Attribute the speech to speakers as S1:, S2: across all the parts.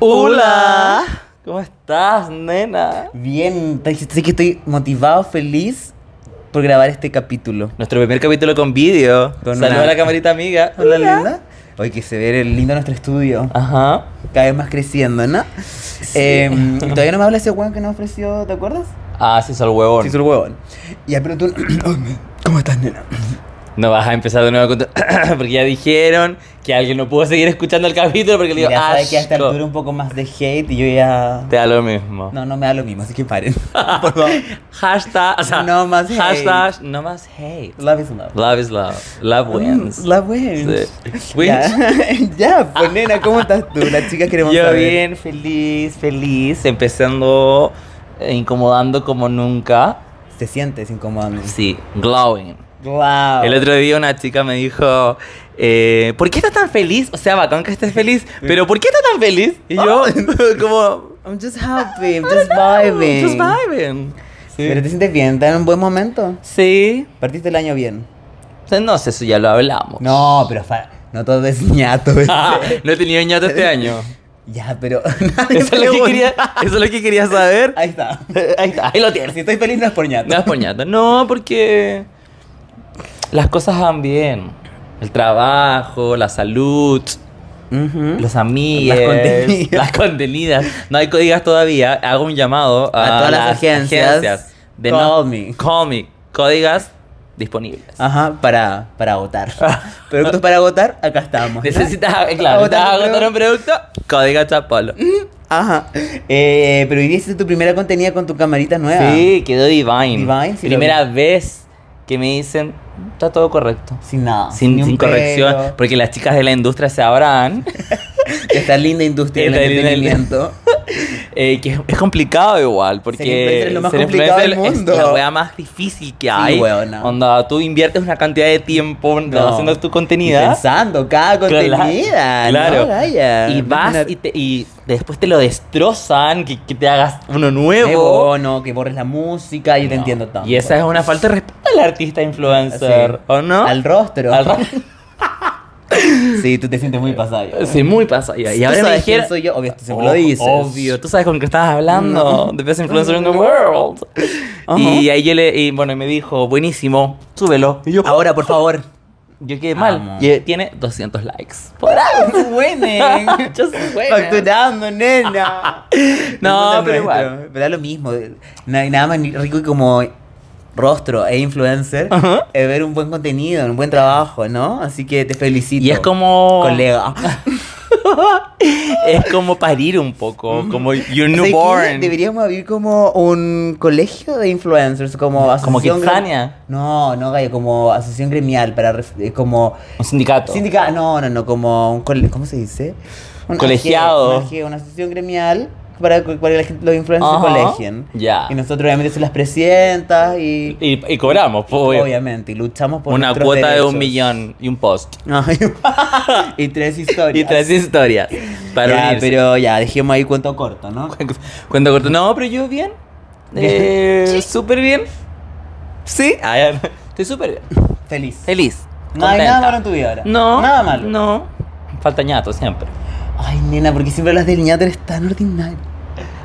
S1: Hola. ¿Cómo estás, nena?
S2: Bien, te- sé que estoy motivado, feliz por grabar este capítulo.
S1: Nuestro primer capítulo con vídeo.
S2: Con
S1: Saluda
S2: una-
S1: a la camarita amiga.
S2: Hola, linda. Hoy que se ve lindo nuestro estudio.
S1: Ajá.
S2: Cada vez más creciendo, ¿no? Eh, y todavía no me habla ese huevón que nos ofreció, ¿te acuerdas?
S1: Ah, sí, el huevón.
S2: Sí, es el huevón. Ya, pero tú... ¿Cómo estás, nena?
S1: No vas a empezar de nuevo con tu- Porque ya dijeron que alguien no pudo seguir escuchando el capítulo porque le digo,
S2: ya
S1: ah,
S2: sabes que a esta altura un poco más de hate y yo ya...
S1: te da lo mismo.
S2: No, no me da lo mismo, así que paren. Por favor.
S1: Hashtag, o sea,
S2: No más hate.
S1: Hashtag, no más hate.
S2: Love is love.
S1: Love is love. Love wins.
S2: La Mm, wins.
S1: Sí.
S2: Ya, ya pues nena, ¿cómo estás tú? Las chicas queremos
S1: Yo
S2: saber.
S1: bien, feliz, feliz, empezando eh, incomodando como nunca.
S2: Te sientes incomodando.
S1: Sí, glowing.
S2: Wow.
S1: El otro día una chica me dijo, eh, ¿por qué estás tan feliz? O sea, bacán que estés feliz, pero ¿por qué estás tan feliz? Y yo, como,
S2: I'm just happy, I'm just vibing.
S1: just vibing.
S2: Pero te
S1: Sí.
S2: sientes bien, estás en un buen momento.
S1: Sí.
S2: Partiste el año bien.
S1: O sea, No sé, eso ya lo hablamos.
S2: No, pero fa- no todo es ñato. ¿ves?
S1: Ah, no he tenido ñato este año.
S2: ya, pero nadie
S1: Eso es, lo que
S2: pregunta.
S1: quería, eso es lo que quería saber.
S2: Ahí está.
S1: Ahí está, ahí lo tienes.
S2: Si estoy feliz no es por ñato.
S1: No es por ñata. No, porque las cosas van bien. El trabajo, la salud,
S2: Ujú.
S1: los amigos,
S2: Las contenidas.
S1: las contenidas. No hay códigas todavía. Hago un llamado a,
S2: A todas las agencias.
S1: de
S2: Call
S1: no-
S2: me. Ah,
S1: Call me. Códigas disponibles.
S2: Ajá, para, para agotar.
S1: Ah.
S2: Productos para agotar, acá estamos.
S1: Necesitas, eh, claro,
S2: Agotar
S1: necesitas
S2: un
S1: agotar un producto, código Chapolo.
S2: Ajá. Eh, pero hoy día hiciste tu primera contenida con tu camarita nueva.
S1: Sí, quedó divine.
S2: Ah. Divine, sí lo
S1: Primera vez que me dicen, está todo correcto.
S2: Sin nada.
S1: Sin,
S2: Ah, ni un
S1: sin corrección,
S2: pelo.
S1: porque las chicas de la industria se sabrán
S2: Esta linda industria del
S1: Esta linda-
S2: entretenimiento.
S1: eh, que es, es complicado igual, porque
S2: influencer es lo más
S1: ser
S2: complicado del
S1: influencer
S2: mundo.
S1: Es la wea más difícil que hay.
S2: weona.
S1: Onda, tú inviertes una cantidad de tiempo en-
S2: No.
S1: haciendo tu
S2: Y
S1: contenido.
S2: Pensando cada contenida. ¿no,
S1: Claro.
S2: Gaya?
S1: y vas
S2: Una-
S1: y, te- y después te lo destrozan, que, que te hagas uno
S2: Qué
S1: nuevo.
S2: bono, que borres la música, yo te
S1: No.
S2: entiendo tanto.
S1: Y esa es una falta de respeto al artista influencer,
S2: Sí.
S1: ¿o no?
S2: Al rostro.
S1: Al ra-
S2: sí, tú te sientes muy pasado.
S1: Sí, muy pasa. Y
S2: ¿Tú
S1: ahora me
S2: sabes
S1: dijeron...
S2: quién soy yo? Obvio, tú siempre
S1: Oh,
S2: lo dices.
S1: Obvio, tú sabes con qué estabas hablando. The best influencer in the world.
S2: Ajá.
S1: Y ahí yo le, y bueno, y me dijo, buenísimo, súbelo. Y yo,
S2: Ahora, por favor.
S1: yo quedé mal.
S2: Vamos.
S1: Y tiene 200 likes.
S2: Suenen.
S1: Just suenen.
S2: Facturando, nena.
S1: No, pero
S2: Nuestro.
S1: igual.
S2: Pero da lo mismo. No hay nada más ni- rico que como rostro e influencer.
S1: Ajá.
S2: eh, ver un buen contenido, un buen trabajo, ¿no? Así que te felicito.
S1: Y es como.
S2: Colega.
S1: Es como parir un poco. Como your
S2: ¿Sabes qué?
S1: newborn.
S2: Deberíamos abrir como un colegio de influencers, como
S1: Como
S2: asociación. grem-
S1: Kitsania.
S2: No, no, Gaya, como asociación gremial, para ref- eh, como
S1: Un sindicato.
S2: Sindicato, no, no, no, como un cole- ¿cómo se dice? Un
S1: Colegiado.
S2: AG, un AG, una asociación gremial para que para que la gente- los influencers
S1: Ajá,
S2: colegien.
S1: ya.
S2: Y nosotros obviamente se las presidentas y
S1: Y, y cobramos, pues,
S2: obviamente y luchamos por
S1: Una
S2: nuestros
S1: cuota de
S2: derechos.
S1: un millón y un post.
S2: Ay, y tres historias.
S1: Y tres historias. Para
S2: ya,
S1: unirse.
S2: pero ya, dejemos ahí cuento corto, ¿no?
S1: Cuento corto. No, pero yo bien. Eh, Súper bien. Sí. Ah, ya, no. Estoy súper bien.
S2: Feliz.
S1: Feliz.
S2: No hay nada
S1: contenta.
S2: malo en tu vida ahora.
S1: No.
S2: Nada malo.
S1: No. Falta ñato siempre.
S2: Ay, nena, porque siempre las del ñato eres tan ordinario.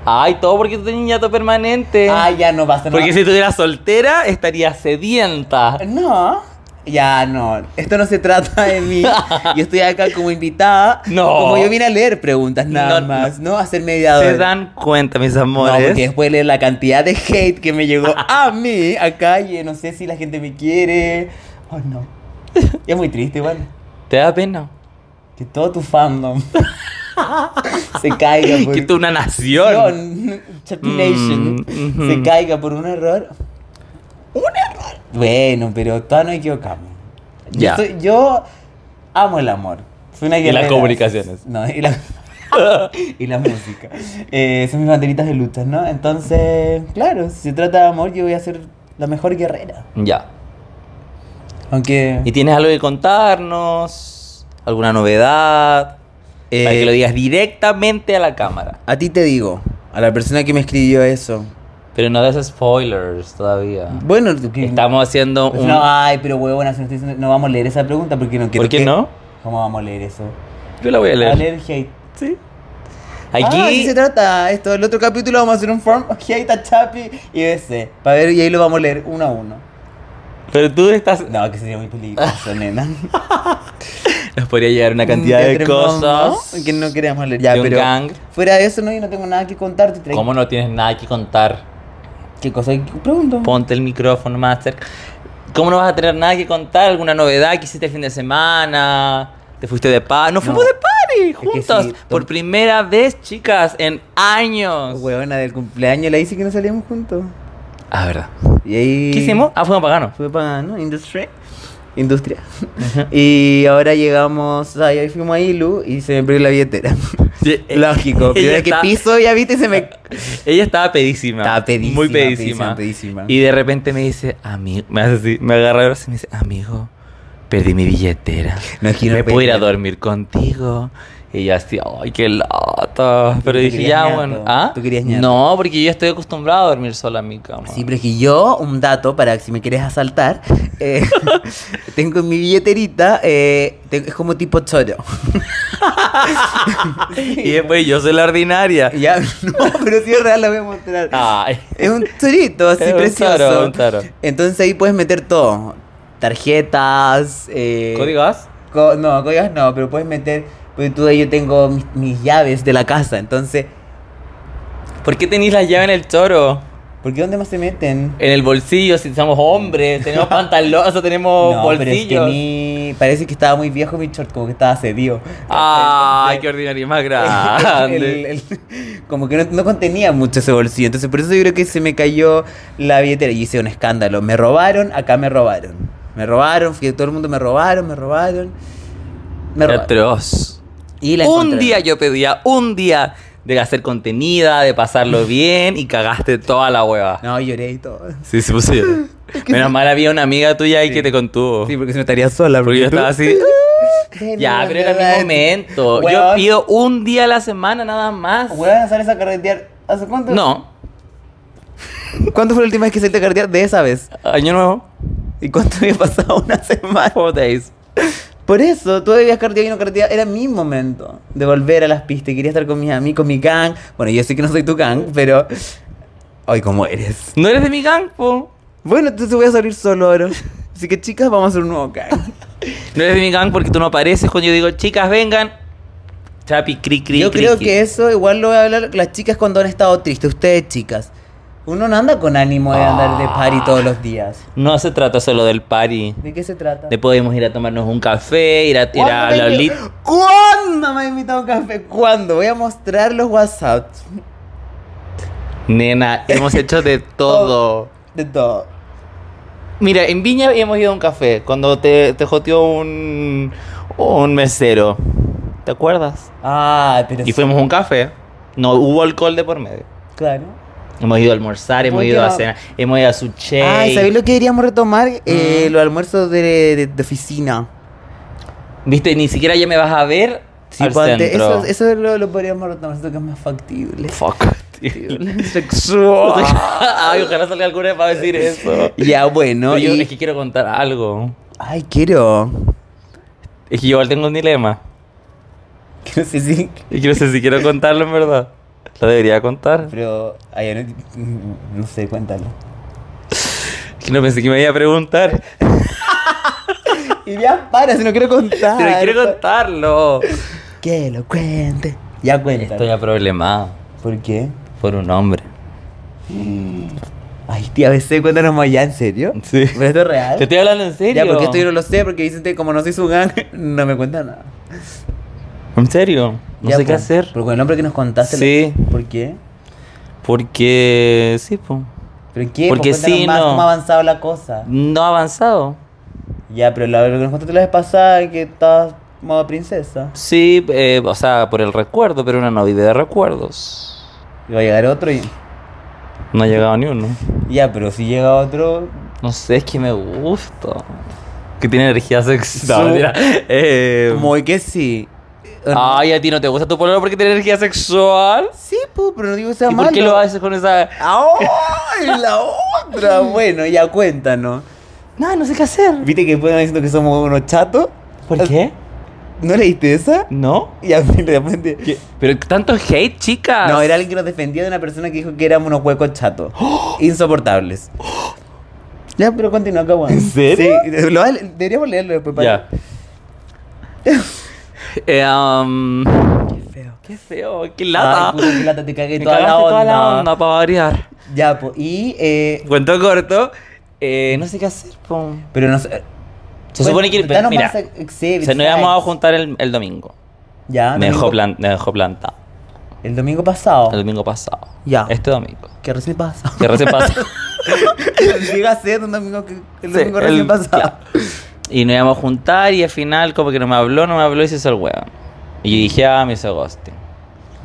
S1: Ay, todo porque tú tenías ñato permanente.
S2: Ay, ya no basta.
S1: Eh. porque
S2: no.
S1: si estuvieras soltera, estarías sedienta.
S2: No, ya no. Esto no se trata de mí. Yo estoy acá como invitada.
S1: No.
S2: Como yo vine a leer preguntas nada
S1: No,
S2: más, no. a ser
S1: Se
S2: mediador.
S1: dan cuenta, mis
S2: no,
S1: amores.
S2: porque después de leer la cantidad de hate que me llegó a mí, a calle, no sé si la gente me quiere. Oh, no. Y es muy triste, igual.
S1: ¿Te da pena?
S2: Que todo tu fandom se caiga pues. por...
S1: Que tú una nación.
S2: Nation, Chapination,
S1: Mm, ujú.
S2: se caiga por un error. ¡Un error! Bueno, pero todavía no equivocamos. Yo
S1: Ya.
S2: soy- yo amo el amor. Soy una
S1: Y las
S2: guerrera.
S1: comunicaciones.
S2: No, y la, y la música. Eh, son mis banderitas de lucha, ¿no? Entonces, claro, si se trata de amor, yo voy a ser la mejor guerrera.
S1: Ya.
S2: Aunque.
S1: ¿Y tienes algo que contarnos? ¿Alguna novedad?
S2: Eh,
S1: Para que lo digas directamente a la cámara.
S2: A ti te digo, a la persona que me escribió eso.
S1: Pero no des spoilers todavía.
S2: Bueno, tú que-
S1: Estamos haciendo
S2: Pues
S1: un...
S2: No, ay, pero huevona, si no, estoy diciendo- no vamos a leer esa pregunta porque no quiero.
S1: ¿Por qué
S2: que-
S1: no?
S2: ¿Cómo vamos a leer eso?
S1: Yo la voy a
S2: A
S1: leer.
S2: leer hate.
S1: Sí. Aquí.
S2: Ah, así se trata esto. El otro capítulo vamos a hacer un form. Ok, está Chapi y BC. Para ver, y ahí lo vamos a leer uno a uno.
S1: Pero tú estás.
S2: No, que sería muy peligroso, nena.
S1: Nos podría llegar una cantidad
S2: Ya
S1: de
S2: tenemos,
S1: cosas.
S2: Mm, ¿no? Que no queríamos leer. Ya,
S1: de un
S2: pero.
S1: gang.
S2: Fuera de eso, no, yo no tengo nada que contarte. Tra-
S1: ¿Cómo no tienes nada que contar?
S2: ¿Qué cosa que pregunto?
S1: Ponte el micrófono, Master. ¿Cómo no vas a tener nada que contar? ¿Alguna novedad que hiciste el fin de semana? ¿Te fuiste de party? ¡Nos fuimos
S2: No.
S1: de party!
S2: que
S1: Juntos.
S2: sí,
S1: Por
S2: to-
S1: primera vez, chicas, en años.
S2: Huevona del cumpleaños, la hice que no salíamos juntos.
S1: Ah, verdad.
S2: Y ahí.
S1: ¿Qué hicimos? Ah, fuimos paganos.
S2: Fue para, ¿no? Industria. Industria. Y ahora llegamos, ahí fuimos a Ilu y se me perdió la billetera. Lógico,
S1: Ella,
S2: primero que
S1: está-
S2: piso ya viste y se me...
S1: ella estaba pedísima.
S2: Estaba pedísima,
S1: Muy pedísima.
S2: pedísima, pedísima.
S1: Y de repente me dice, amigo, me hace así, me agarra el brazo y me dice, amigo, perdí mi billetera.
S2: No es que no
S1: me puedo ir
S2: pedía.
S1: a dormir contigo. Y yo así, ay, qué lata. Pero
S2: tú
S1: dije,
S2: querías
S1: ya,
S2: ñato,
S1: bueno. ¿Ah?
S2: tú querías ñato.
S1: No, porque yo estoy acostumbrado a dormir sola en mi cama.
S2: Sí, pero es que yo, un dato para si me quieres asaltar, eh, tengo en mi billeterita, eh, te- es como tipo choro.
S1: y después yo soy la ordinaria.
S2: ya, no, pero si es real la voy a mostrar.
S1: Ay.
S2: Es un chorito así
S1: Ah. Es un
S2: precioso. Eh.
S1: toro, un toro.
S2: Entonces ahí puedes meter todo. Tarjetas, eh,
S1: ¿Códigos?
S2: Co- no, códigos no, pero puedes meter. Pues tú ahí yo tengo mis, mis llaves de la casa, entonces.
S1: ¿Por qué tenéis la llave en el choro?
S2: ¿Por qué dónde más se meten?
S1: En el bolsillo, si somos hombres, tenemos pantalones, o sea, tenemos
S2: no, pero es que
S1: bolsillos.
S2: mi. Parece que estaba muy viejo mi short, como que estaba cedido.
S1: Ay, qué ordinario más grande.
S2: El- el- como que no, no contenía mucho ese bolsillo, entonces por eso yo creo que se me cayó la billetera y hice un escándalo. Me robaron, acá me robaron. Me robaron, fui, todo el mundo me robaron, me robaron. Me
S1: Qué
S2: robaron.
S1: atroz.
S2: Y la
S1: Un
S2: encontraron.
S1: día yo pedía un día de hacer contenida, de pasarlo bien y cagaste toda la hueva.
S2: No, lloré y todo.
S1: Sí, sí, pues sí. Menos mal había una amiga tuya ahí
S2: Sí.
S1: que te contuvo.
S2: Sí, porque si no estaría sola.
S1: porque yo
S2: tú-
S1: estaba así.
S2: Ven,
S1: ya,
S2: ven,
S1: pero era
S2: ven,
S1: mi
S2: ven.
S1: momento. Yo
S2: Weón.
S1: pido un día a la semana nada más.
S2: Weón, sales a carretear. ¿Hace cuánto?
S1: No,
S2: ¿Cuándo fue la última vez que saliste a carretear? De esa vez.
S1: año nuevo.
S2: ¿Y cuánto había pasado? Una semana.
S1: Four days.
S2: Por eso, tú debías carretear y no carretear. Era mi momento de volver a las pistas. y Quería estar con mis amigos, con mi gang. Bueno, yo sé que no soy tu gang, pero. Ay, ¿cómo eres?
S1: ¿No eres de mi campo?
S2: Bueno, entonces voy a salir solo ahora. Así que, chicas, vamos a hacer un nuevo gang.
S1: No eres de mi gang porque tú no apareces cuando yo digo, chicas, vengan. Chapi, cri, cri,
S2: Yo
S1: cri,
S2: creo
S1: cri.
S2: que eso igual lo voy a hablar las chicas cuando han estado tristes, ustedes chicas. Uno no anda con ánimo de andar de party todos los días.
S1: No se trata solo del party.
S2: ¿De qué se trata?
S1: Le podemos ir a tomarnos un café, ir a, ir a la
S2: me-
S1: lit.
S2: ¿Cuándo me ha invitado a un café? ¿Cuándo? Voy a mostrar los WhatsApps
S1: Nena, hemos hecho de
S2: Oh.
S1: todo.
S2: de todo.
S1: Mira, en Viña hemos ido a un café cuando te, te joteó un, un mesero. ¿Te acuerdas?
S2: Ah, pero
S1: Y fuimos a un café. No hubo alcohol de por medio.
S2: claro.
S1: Hemos ido a almorzar, hemos
S2: Oye,
S1: ido a
S2: va-
S1: cenar, hemos ido a sushi.
S2: Ay, ¿sabéis lo que deberíamos retomar? Eh,
S1: Mm.
S2: Los almuerzos de, de- de oficina.
S1: Viste, ni siquiera ya me vas a ver.
S2: Sí,
S1: al
S2: ponte,
S1: centro.
S2: eso, eso lo, lo podríamos retomar, siento que es más factible.
S1: Fuck, tío.
S2: Sexual.
S1: Ay, ojalá salga alguna para decir eso.
S2: ya, bueno.
S1: Pero yo
S2: y-
S1: es que quiero contar algo.
S2: Ay, quiero.
S1: Es que yo igual tengo un dilema.
S2: Que no sé si.
S1: Y que no sé si quiero contarlo en verdad. Lo debería contar.
S2: Pero. ay, no, no sé, cuéntalo.
S1: Que no pensé que me iba a preguntar.
S2: Y ya para, si Ah, no quiero contar.
S1: Pero quiero contarlo.
S2: Que lo cuente. Ya cuenta.
S1: Estoy problemado
S2: ¿Por qué?
S1: por un hombre.
S2: Ay, tía, BC, cuéntanos más ya, ¿en serio?
S1: Sí.
S2: ¿Pero esto es real?
S1: Te estoy hablando en serio.
S2: Ya, porque esto yo no lo sé, porque dicen que como no soy su gang, no me cuenta nada.
S1: En serio. No
S2: Ya,
S1: sé qué
S2: pues,
S1: hacer.
S2: Pero con el nombre que nos contaste.
S1: Sí.
S2: lo- ¿Por qué?
S1: Porque. Sí, pues.
S2: ¿Pero qué?
S1: Porque
S2: Pues cuéntanos
S1: sí,
S2: más
S1: no.
S2: cómo ha avanzado la cosa.
S1: No ha avanzado.
S2: Ya, pero la- lo que nos contaste la vez pasada es que estabas modo princesa.
S1: Sí, eh, o sea, por el recuerdo, pero una novia de recuerdos.
S2: Y va a llegar otro y...
S1: No ha llegado ni uno.
S2: Ya, pero si llega otro,
S1: No sé, es que me gusta. Que tiene energía sexual.
S2: Su-
S1: mentira. Eh,
S2: Como que sí.
S1: Ay, a ti no te gusta tu pololo porque tiene energía sexual.
S2: Sí, po, pero no digo que sea
S1: ¿Y
S2: malo.
S1: por qué lo haces con esa.?
S2: ¡Ay, la otra! Bueno, ya cuéntanos.
S1: No, no sé qué hacer.
S2: ¿Viste que pueden diciendo que somos unos chatos?
S1: ¿Por qué?
S2: ¿No leíste esa?
S1: ¿No?
S2: Y a mí de repente-
S1: ¿Qué? Pero tanto hate, chicas.
S2: No, era alguien que nos defendía de una persona que dijo que éramos unos huecos chatos. Insoportables. Ya, pero continúa, Kawan.
S1: ¿En serio?
S2: Sí, eh, lo- deberíamos leerlo después. para-
S1: Ya. Eh, um,
S2: Qué feo.
S1: qué feo, qué
S2: Ay,
S1: lata.
S2: puta, qué lata, te cagué
S1: Me
S2: toda la,
S1: cagaste
S2: onda.
S1: toda la onda para variar.
S2: Ya, pues, y... eh,
S1: Cuento corto. Eh, no sé qué hacer, pum.
S2: pero no sé...
S1: Se supone que.
S2: Danos
S1: Mira,
S2: más exhibits,
S1: se nos íbamos a
S2: facts.
S1: juntar el, el domingo.
S2: Ya,
S1: me, dejó
S2: domingo-
S1: plan, me dejó plantado.
S2: El domingo pasado.
S1: El domingo pasado.
S2: Ya.
S1: Este domingo.
S2: Que recién pasado.
S1: Que recién pasó.
S2: Llega a ser un domingo que el
S1: Sí,
S2: domingo recién
S1: el-
S2: pasado.
S1: claro. Y nos íbamos a juntar y al final como que no me habló, no me habló y se hizo el huevo. Y yo dije, ah, me hizo ghosting.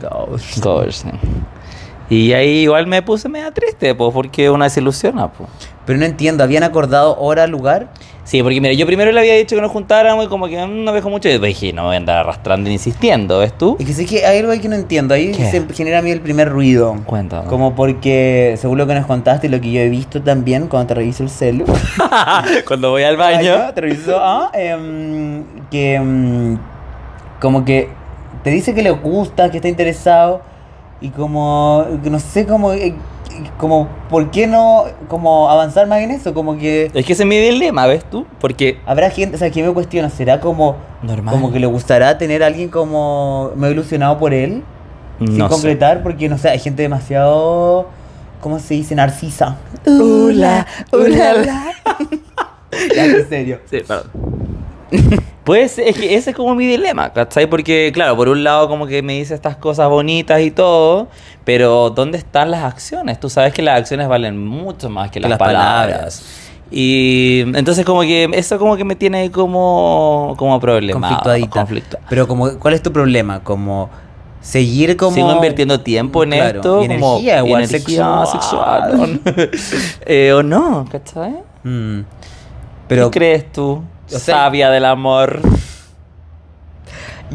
S2: Gosh.
S1: Ghosting. Y ahí igual me puse media triste, pues, porque una desilusiona, pues.
S2: Pero no entiendo, ¿habían acordado hora, lugar?
S1: Sí, porque mira, yo primero le había dicho que nos juntáramos y como que mm, no me dejó mucho. Y después dije, no me voy a andar arrastrando e insistiendo, ¿ves tú?
S2: Es que sí que hay algo ahí que no entiendo. Ahí
S1: ¿Qué?
S2: se genera a mí el primer ruido.
S1: Cuéntame.
S2: Como porque, según lo que nos contaste y lo que yo he visto también cuando te reviso el celu.
S1: Cuando voy al
S2: Ah, ya, Te reviso, ah, em, que. em, como que te dice que le gusta, que está interesado. Y como. que No sé cómo. como, ¿por qué no como avanzar más en eso? Como que.
S1: Es que ese es mi dilema, ¿ves tú? Porque...
S2: Habrá gente, o sea, que me cuestiona, ¿será como,
S1: Normal.
S2: como que le gustará tener a alguien como me he ilusionado por él? sin
S1: No sé.
S2: concretar, porque no sé, hay gente demasiado, ¿cómo se dice? Narcisa.
S1: Ula, ula,
S2: la. ya, en serio.
S1: Sí, perdón. Pues es que ese es como mi dilema, ¿cachai? Porque, claro, por un lado como que me dice estas cosas bonitas y todo, pero ¿dónde están las acciones? Tú sabes que las acciones valen mucho más que
S2: Que
S1: las,
S2: las
S1: palabras.
S2: palabras.
S1: Y entonces como que eso como que me tiene ahí como, como problema.
S2: Conflictuadita. Pero como, ¿cuál es tu problema? Como seguir como...
S1: Sigo invirtiendo tiempo en
S2: Claro,
S1: esto,
S2: y
S1: como
S2: energía igual,
S1: energía
S2: sexual.
S1: sexual. Eh, o no, ¿cachai?
S2: Mm. Pero
S1: ¿Qué crees tú?
S2: sea-
S1: Sabia del amor.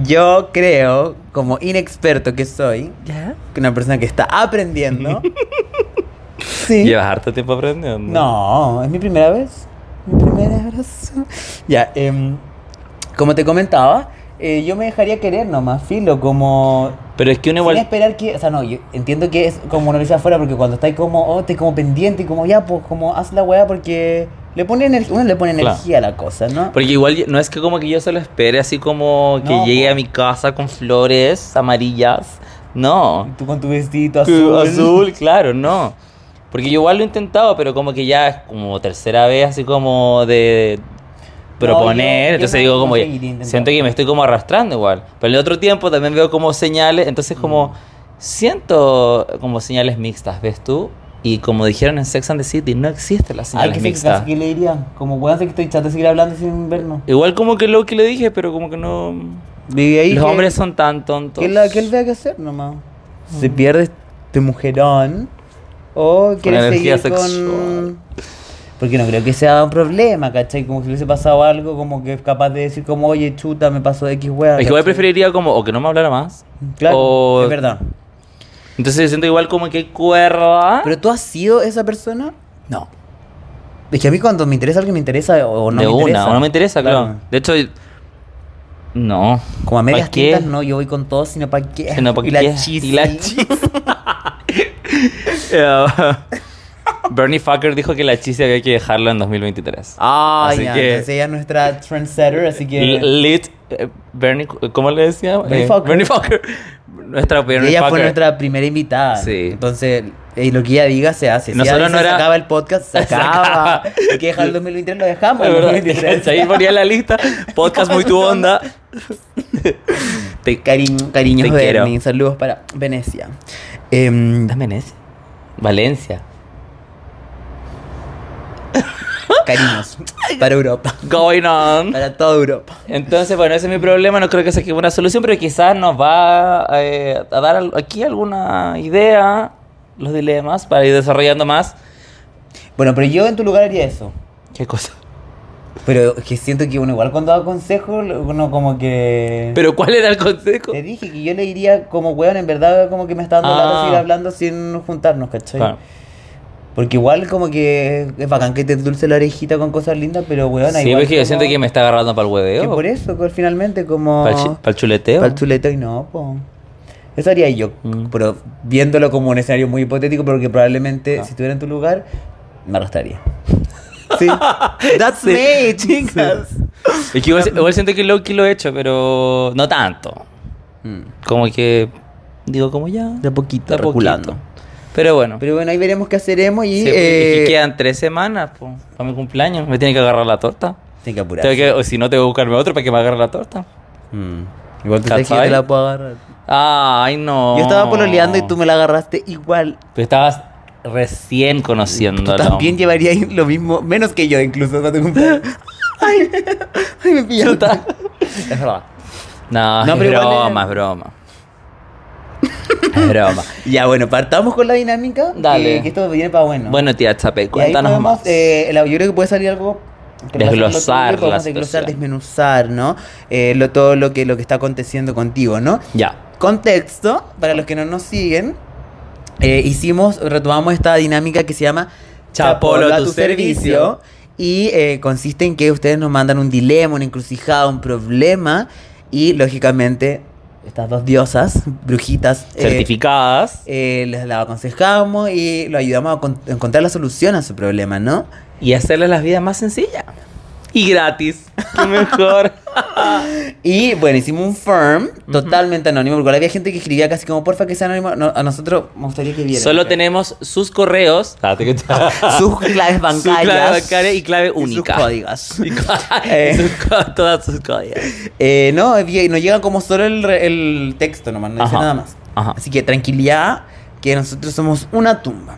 S2: yo creo, como inexperto que soy,
S1: ¿Ya?
S2: que una persona que está aprendiendo... sí.
S1: Llevas harto tiempo aprendiendo.
S2: No, es mi primera vez. Mi primer abrazo. Ya, em, como te comentaba, eh, yo me dejaría querer nomás, filo, como...
S1: Pero es que uno
S2: Sin
S1: igual.
S2: esperar que, o sea, no, yo entiendo que es como una vez afuera porque cuando estáis como, oh, estáis como pendiente y como, ya, pues, como, haz la weá porque le pone energía, uno le pone
S1: Claro.
S2: energía a la cosa, ¿no?
S1: Porque igual no es que como que yo se lo espere así como que
S2: No,
S1: llegue
S2: po.
S1: a mi casa con flores amarillas. No.
S2: Tú con tu vestidito
S1: Azul.
S2: azul.
S1: claro, no. Porque yo igual lo he intentado, pero como que ya es como tercera vez así como de
S2: yo-
S1: proponer.
S2: yo
S1: entonces
S2: no-
S1: digo
S2: no
S1: como,
S2: seguiría intentando.
S1: siento que me estoy como arrastrando igual. Pero en el otro tiempo también veo como señales, entonces como
S2: Mm.
S1: siento como señales mixtas, ¿ves tú? Y como dijeron en Sex and the City, no existen las
S2: Ay,
S1: señales
S2: que sé
S1: mixtas.
S2: que le diría, como, weón, sé que estoy chato de seguir hablando sin vernos.
S1: Igual como que lo que le dije, pero como que no...
S2: Vive ahí.
S1: Los
S2: que-
S1: hombres son tan tontos.
S2: ¿Qué es la que él vea que hacer nomás? Se pierde este mujerón. O quiere
S1: energía
S2: seguir
S1: sexual.
S2: con. Porque no creo que sea un problema, ¿cachai? Como si le hubiese pasado algo, como que es capaz de decir como, oye, chuta, me pasó X weá.
S1: Es que igual
S2: ¿cachai?
S1: preferiría como o que no me hablara más.
S2: Claro,
S1: o-
S2: es verdad.
S1: Entonces yo siento igual como que hay cuerda.
S2: ¿Pero tú has sido esa persona?
S1: no.
S2: Es que a mí cuando me interesa alguien me interesa o no
S1: de
S2: me
S1: una,
S2: interesa.
S1: o no me interesa, claro. De hecho, no.
S2: Como a medias
S1: ¿Pa' qué?
S2: tintas, no, yo voy con todo, sino para qué.
S1: Sino pa'
S2: y la
S1: qué,
S2: chis.
S1: y la chis. Eh, Bernie Fucker dijo que la chiste había que dejarlo en 2023.
S2: Ah,
S1: Así
S2: ya,
S1: que-
S2: entonces ella es nuestra trendsetter, así que...
S1: L- Lit eh, Bernie, ¿cómo le decía?
S2: Bernie
S1: Eh,
S2: Fucker.
S1: Bernie Fucker. Nuestra
S2: Y
S1: Bernie
S2: ella fue
S1: Fucker.
S2: nuestra primera invitada.
S1: Sí.
S2: Entonces, eh, lo que ella diga se hace. Si
S1: Nosotros
S2: ella dice,
S1: no era-
S2: se acaba el podcast, se
S1: Se
S2: acaba.
S1: acaba.
S2: Hay que dejar el 2023, lo dejamos.
S1: Es
S2: el
S1: verdad,
S2: 2023.
S1: ahí ponía la lista. Podcast muy tu onda. Te
S2: Cariño, cariños
S1: Te quiero.
S2: Bernie, saludos para Venecia. Em,
S1: Dame Venecia. Valencia.
S2: cariños para Europa,
S1: Going on.
S2: para toda Europa.
S1: Entonces, bueno, ese es mi problema. No creo que sea una solución, pero quizás nos va eh, a dar al- aquí alguna idea, los dilemas, para ir desarrollando más.
S2: Bueno, pero yo en tu lugar haría eso.
S1: ¿Qué cosa?
S2: Pero es que siento que uno igual cuando da consejos, uno como que...
S1: ¿Pero cuál era el consejo?
S2: Te dije que yo le diría como, weón, en verdad como que me está dando
S1: Ah.
S2: la seguir hablando sin juntarnos, ¿cachai?
S1: Claro.
S2: Porque igual como que es bacán que te dulce la orejita con cosas lindas, pero weón,
S1: Sí,
S2: igual
S1: porque yo
S2: como-
S1: siento que me está agarrando para el
S2: que
S1: hueveo.
S2: por eso, que finalmente como...
S1: Para el chuleteo.
S2: Para el chuleta y no, po. Eso haría yo,
S1: Mm.
S2: pero viéndolo como un escenario muy hipotético, pero que probablemente
S1: Ah.
S2: si estuviera en tu lugar, me arrastraría. Sí. That's
S1: Sí.
S2: me, chicas.
S1: Es que igual, igual siento que Loki lo he hecho, pero no tanto.
S2: Mm.
S1: Como que digo, como ya.
S2: De a poquito,
S1: de a poquito.
S2: reculando.
S1: Pero bueno.
S2: Pero bueno, ahí veremos qué haceremos y...
S1: Sí, pues, es
S2: eh,
S1: que quedan tres semanas po, para mi cumpleaños. Me tiene que agarrar la torta.
S2: Tengo que apurar.
S1: Tengo que, o si no, tengo que buscarme otro para que me agarre la torta.
S2: Mm. Igual tú sabes que yo te
S1: ¿Cachai?
S2: la puedo agarrar.
S1: Ay, no.
S2: Yo estaba pololeando y tú me la agarraste igual.
S1: Tú estabas recién
S2: Tú
S1: conociéndolo.
S2: también llevarías lo mismo, menos que yo incluso. para tu cumpleaños. ay, ay, me pillaron. Es verdad.
S1: No,
S2: No,
S1: es
S2: pero igual
S1: broma,
S2: es-
S1: es broma. Es broma.
S2: Ya, bueno, partamos con la dinámica. que-
S1: Dale.
S2: Que, esto viene para bueno.
S1: Bueno, tía Chape,
S2: Y ahí
S1: cuéntanos
S2: podemos,
S1: más.
S2: eh, el- yo creo que puede salir algo. que relacione lo tuyo,
S1: Desglosar
S2: podemos
S1: la
S2: desglosar,
S1: situación.
S2: desmenuzar, ¿no? Eh, lo, todo lo que, lo que está aconteciendo contigo, ¿no?
S1: Ya.
S2: Contexto, para los que no nos siguen, eh, hicimos, retomamos esta dinámica que se llama
S1: Chapolo a tu servicio.
S2: Y eh, consiste en que ustedes nos mandan un dilema, una encrucijada, un problema. Y lógicamente, estas dos diosas, brujitas, eh,
S1: Certificadas.
S2: eh, les la aconsejamos y lo ayudamos a con- encontrar la solución a su problema, ¿no?
S1: Y hacerles las vidas más sencillas. Y gratis. Qué mejor.
S2: Y bueno, hicimos un firm totalmente anónimo, porque había gente que escribía casi como, porfa, que sea anónimo. No, a nosotros me gustaría que vieran.
S1: Solo tenemos sus correos.
S2: sus claves
S1: Su
S2: bancarias.
S1: clave bancaria y clave
S2: sus
S1: única.
S2: códigos.
S1: Y co-
S2: Eh.
S1: sus co- todas sus códigos.
S2: Eh, no, vi- nos llega como solo el, re- el texto nomás, no dice
S1: Ajá,
S2: nada más.
S1: ajá.
S2: Así que tranquilidad, que nosotros somos una tumba.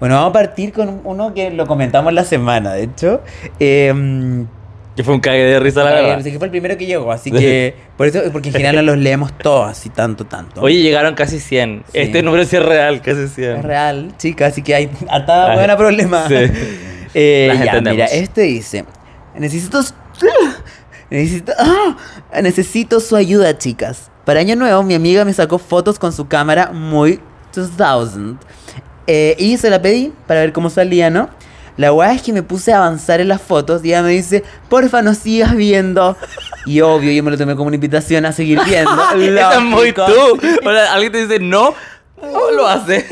S2: Bueno, vamos a partir con uno que lo comentamos la semana, de hecho. Eh,
S1: Que fue un cague de risa, la
S2: Eh,
S1: verdad.
S2: así que fue el primero que llegó, así que por eso, porque en general no los leemos todos así tanto, tanto.
S1: Oye, llegaron casi 100.
S2: Sí.
S1: Este número sí es real, Ah, casi 100.
S2: es real, chica, así que hay hasta
S1: Las-
S2: buena problema.
S1: sí.
S2: Eh,
S1: Las
S2: ya,
S1: entendemos.
S2: mira, este dice, necesito, s- ¡ah! necesito, ah, necesito su ayuda, chicas. Para año nuevo, mi amiga me sacó fotos con su cámara muy 2000. Eh, y se la pedí para ver cómo salía, ¿no? La weá es que me puse a avanzar en las fotos y ella me dice, porfa, no sigas viendo. Y obvio, yo me lo tomé como una invitación a seguir viendo.
S1: Esa es muy
S2: Lógico.
S1: tú. Ahora, alguien te dice no, no lo hace.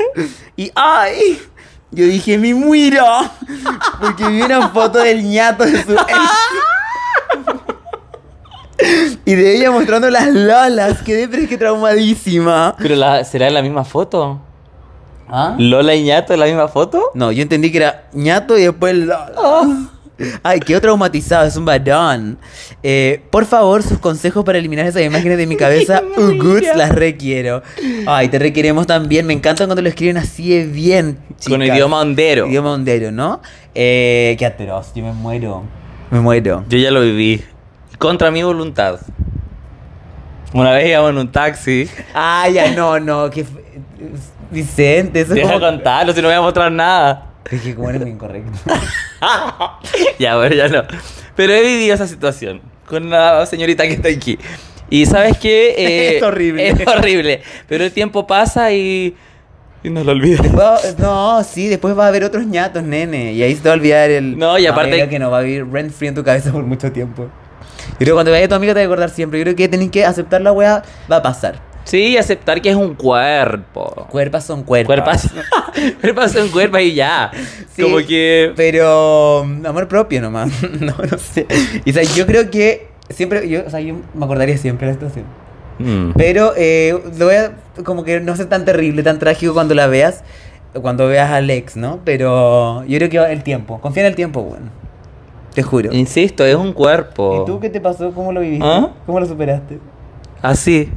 S2: Y ¡ay! Yo dije, ¡me muero! Porque vi una foto del ñato de su ex. Y de ella mostrando las lolas. Quedé pero es que traumadísima.
S1: Pero la, ¿será la misma foto?
S2: ¿Ah?
S1: ¿Lola y Ñato es la misma foto?
S2: No, yo entendí que era ñato y después lolas. Ay, quedó traumatizado, es un varón. Eh, por favor, sus consejos para eliminar esas imágenes de mi cabeza. Uguts, las requiero. Ay, te requeremos también. Me encanta cuando lo escriben así de bien, chicas.
S1: Con idioma hondero.
S2: Idioma hondero, ¿no? Eh, qué atroz, yo me muero. Me muero.
S1: Yo ya lo viví. Contra mi voluntad. Una vez íbamos en un taxi.
S2: Ay, Ah, ya, no, no, que f- Vicente, eso es
S1: Deja de
S2: como...
S1: contarlo, si no voy a mostrar nada.
S2: Es que como eres muy incorrecto.
S1: ya, bueno, ya no. Pero he vivido esa situación con la señorita que está aquí. Y sabes qué? Eh,
S2: Es horrible.
S1: Es horrible. Pero el tiempo pasa y, y nos lo olvidamos.
S2: Bueno, no, sí, después va a haber otros ñatos, nene. Y ahí se te va a olvidar el...
S1: No, y aparte-
S2: amiga que no va a vivir rent free en tu cabeza por mucho tiempo. Yo creo que cuando vaya tu amiga te va a acordar siempre. Yo creo que tenés que aceptar la weá, va a pasar.
S1: Sí, aceptar que es un cuerpo.
S2: Cuerpas son cuerpas.
S1: Cuerpas. cuerpas son cuerpas y ya.
S2: Sí.
S1: Como que.
S2: Pero mm, amor propio nomás. no, no sé. Y o sea, yo creo que siempre, yo, o sea, yo me acordaría siempre de la situación.
S1: Mm.
S2: Pero eh, lo voy a- como que no sé tan terrible, tan trágico cuando la veas, cuando veas a Alex, ¿no? Pero yo creo que va el tiempo. Confía en el tiempo, bueno. Te juro. ¿Y
S1: Insisto, es un cuerpo.
S2: tú qué te pasó? ¿Cómo lo viviste?
S1: ¿Ah?
S2: ¿Cómo lo superaste?
S1: Así,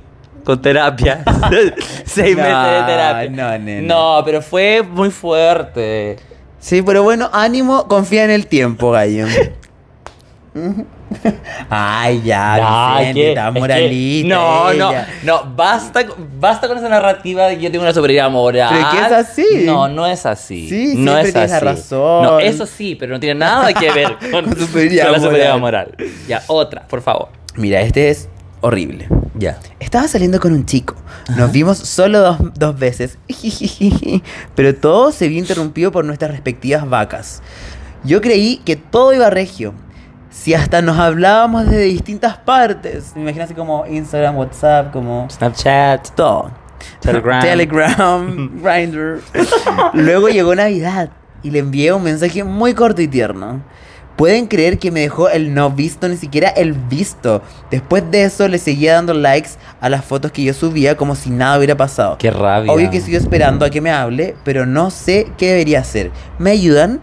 S1: con terapia. Seis
S2: No,
S1: meses de terapia.
S2: no, nena.
S1: No, pero fue muy fuerte.
S2: Sí, pero bueno, ánimo, confía en el tiempo, gallo. Ujú. Ay, ya,
S1: Ay,
S2: Vicente,
S1: que-
S2: tan
S1: es que-
S2: moralista.
S1: no,
S2: ella.
S1: no, no, basta, basta con esa narrativa de que yo tengo una superioridad moral.
S2: Pero que es así.
S1: No, no es así.
S2: Sí,
S1: no
S2: siempre
S1: es
S2: tienes la
S1: así.
S2: razón.
S1: No, eso sí, pero no tiene nada que ver con,
S2: Con superioridad
S1: con la superioridad
S2: moral.
S1: moral. Ya, otra, por favor.
S2: Mira, este es horrible.
S1: Ya.
S2: Estaba saliendo con un chico. Nos vimos solo dos, dos veces. Pero todo se vio interrumpido por nuestras respectivas vacas. Yo creí que todo iba regio. Si hasta nos hablábamos desde distintas partes. Me imagino así como Instagram, WhatsApp, como
S1: Snapchat.
S2: todo.
S1: Telegram.
S2: Telegram, Grindr. Luego llegó Navidad y le envié un mensaje muy corto y tierno. Pueden creer que me dejó el no visto, ni siquiera el visto. Después de eso le seguía dando likes a las fotos que yo subía como si nada hubiera pasado.
S1: Qué rabia.
S2: Obvio que sigo esperando a que me hable, pero no sé qué debería hacer. ¿Me ayudan?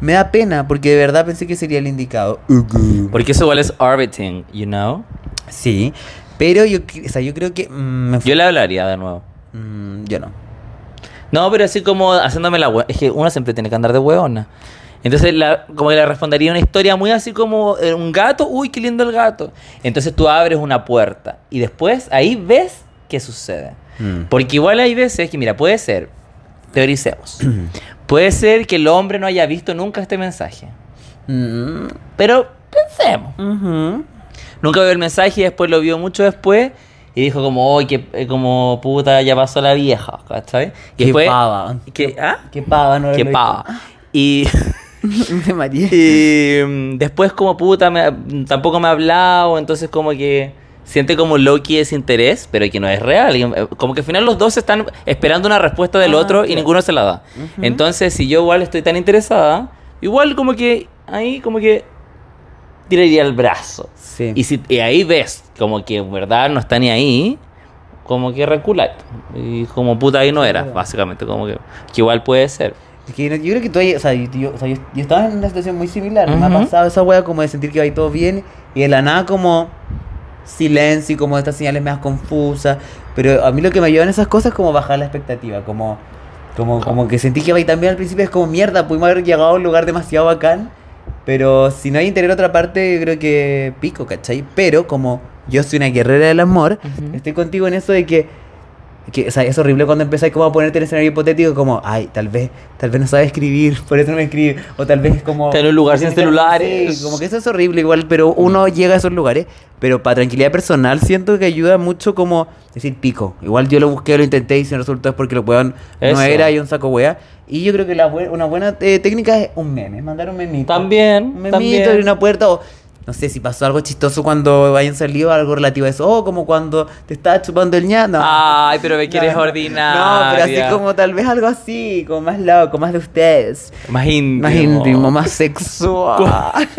S2: Me da pena porque de verdad pensé que sería el indicado. Ujú.
S1: Porque eso igual es orbiting, you know?
S2: Sí, pero yo, cre- o sea, yo creo que... mm, me fu-
S1: Yo le hablaría de nuevo.
S2: Mm, yo no.
S1: No, pero así como haciéndome la hue- Es que uno siempre tiene que andar de hueona. Entonces, la- como que le respondería una historia muy así como eh, un gato, uy, qué lindo el gato. Entonces tú abres una puerta y después ahí ves qué sucede.
S2: Mm.
S1: Porque igual hay veces que, mira, puede ser, teoricemos, puede ser que el hombre no haya visto nunca este mensaje.
S2: Mm.
S1: Pero pensemos. Nunca vio el mensaje y después lo vio mucho después y dijo como, uy, que eh, como puta, ya pasó la vieja, ¿cachai? Y
S2: Qué
S1: después-
S2: pava.
S1: Que, ¿ah?
S2: Qué pava, no
S1: Qué pava. Y,
S2: De María.
S1: y, mm, después como puta me- tampoco me ha hablado, entonces como que siente como Loki desinterés, pero que no es real. y, eh, Como que al final los dos están esperando una respuesta del
S2: Ah,
S1: otro y
S2: claro.
S1: ninguno se la da. Entonces si yo igual estoy tan interesada, igual como que ahí como que tiraría el brazo.
S2: Sí.
S1: Y, si, y ahí ves como que en verdad no está ni ahí. Como que recular. Y como puta ahí no era, básicamente. Como que, que igual puede ser.
S2: Es que no- yo creo que tú hay- o sea, yo, yo- o sea, yo- yo estaba en una situación muy similar. Me ha
S1: Ujú.
S2: pasado esa wea como de sentir que va ahí todo bien y de la nada como silencio y como estas señales me confusas. Pero a mí lo que me ayudan esas cosas es como bajar la expectativa, como como, como que sentí que va ahí también al principio es como mierda, pudimos haber llegado a un lugar demasiado bacán. Pero si no hay interior otra parte, yo creo que pico, ¿cachai? Pero como yo soy una guerrera del amor,
S1: Ujú.
S2: estoy contigo en eso de que que, o sea, es horrible cuando empezáis como a ponerte en escenario hipotético, como, ay, tal vez, tal vez no sabe escribir, por eso no me escribe, o tal vez es como...
S1: Está en un lugar sin celulares.
S2: Sí, como que eso es horrible igual, pero uno llega a esos lugares, pero para tranquilidad personal siento que ayuda mucho como decir pico. Igual yo lo busqué, lo intenté y si no resultó es porque lo weón no
S1: Eso.
S2: era y un saco wea. Y yo creo que la bue- una buena eh, técnica es un meme, mandar un memito.
S1: También,
S2: Un memito
S1: también.
S2: y una puerta o... No sé si pasó algo chistoso cuando hayan salido, algo relativo a eso. O como cuando te estaba chupando el ña. No.
S1: Ay, pero ve que
S2: No,
S1: eres
S2: no. No,
S1: ordinaria.
S2: pero así como tal vez algo así, como más loco, más de ustedes.
S1: Más íntimo.
S2: Más íntimo, más sexual.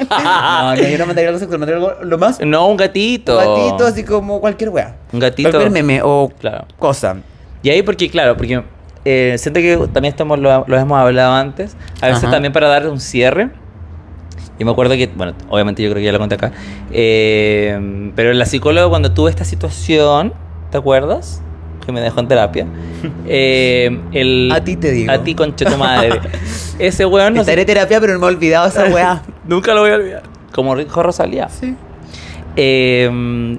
S2: no, no, yo no mandaría algo sexual, mandaría algo lo más
S1: No, un gatito.
S2: gatito, así como cualquier wea.
S1: Un gatito.
S2: Cualquier meme o
S1: Claro.
S2: cosa.
S1: Y ahí porque, claro, porque eh, siento que también estamos, lo, lo hemos hablado antes, a veces
S2: Ajá.
S1: también para dar un cierre. Yo me acuerdo que, bueno, obviamente yo creo que ya lo conté acá, eh, pero la psicóloga cuando tuve esta situación, ¿te acuerdas? Que me dejó en terapia. eh, el,
S2: A ti te digo.
S1: A ti, conche tu madre. Ese weón no sé-
S2: Estaré en terapia, pero no me he olvidado esa wea.
S1: Nunca lo voy a olvidar. Como Rico Rosalía.
S2: sí.
S1: Eh,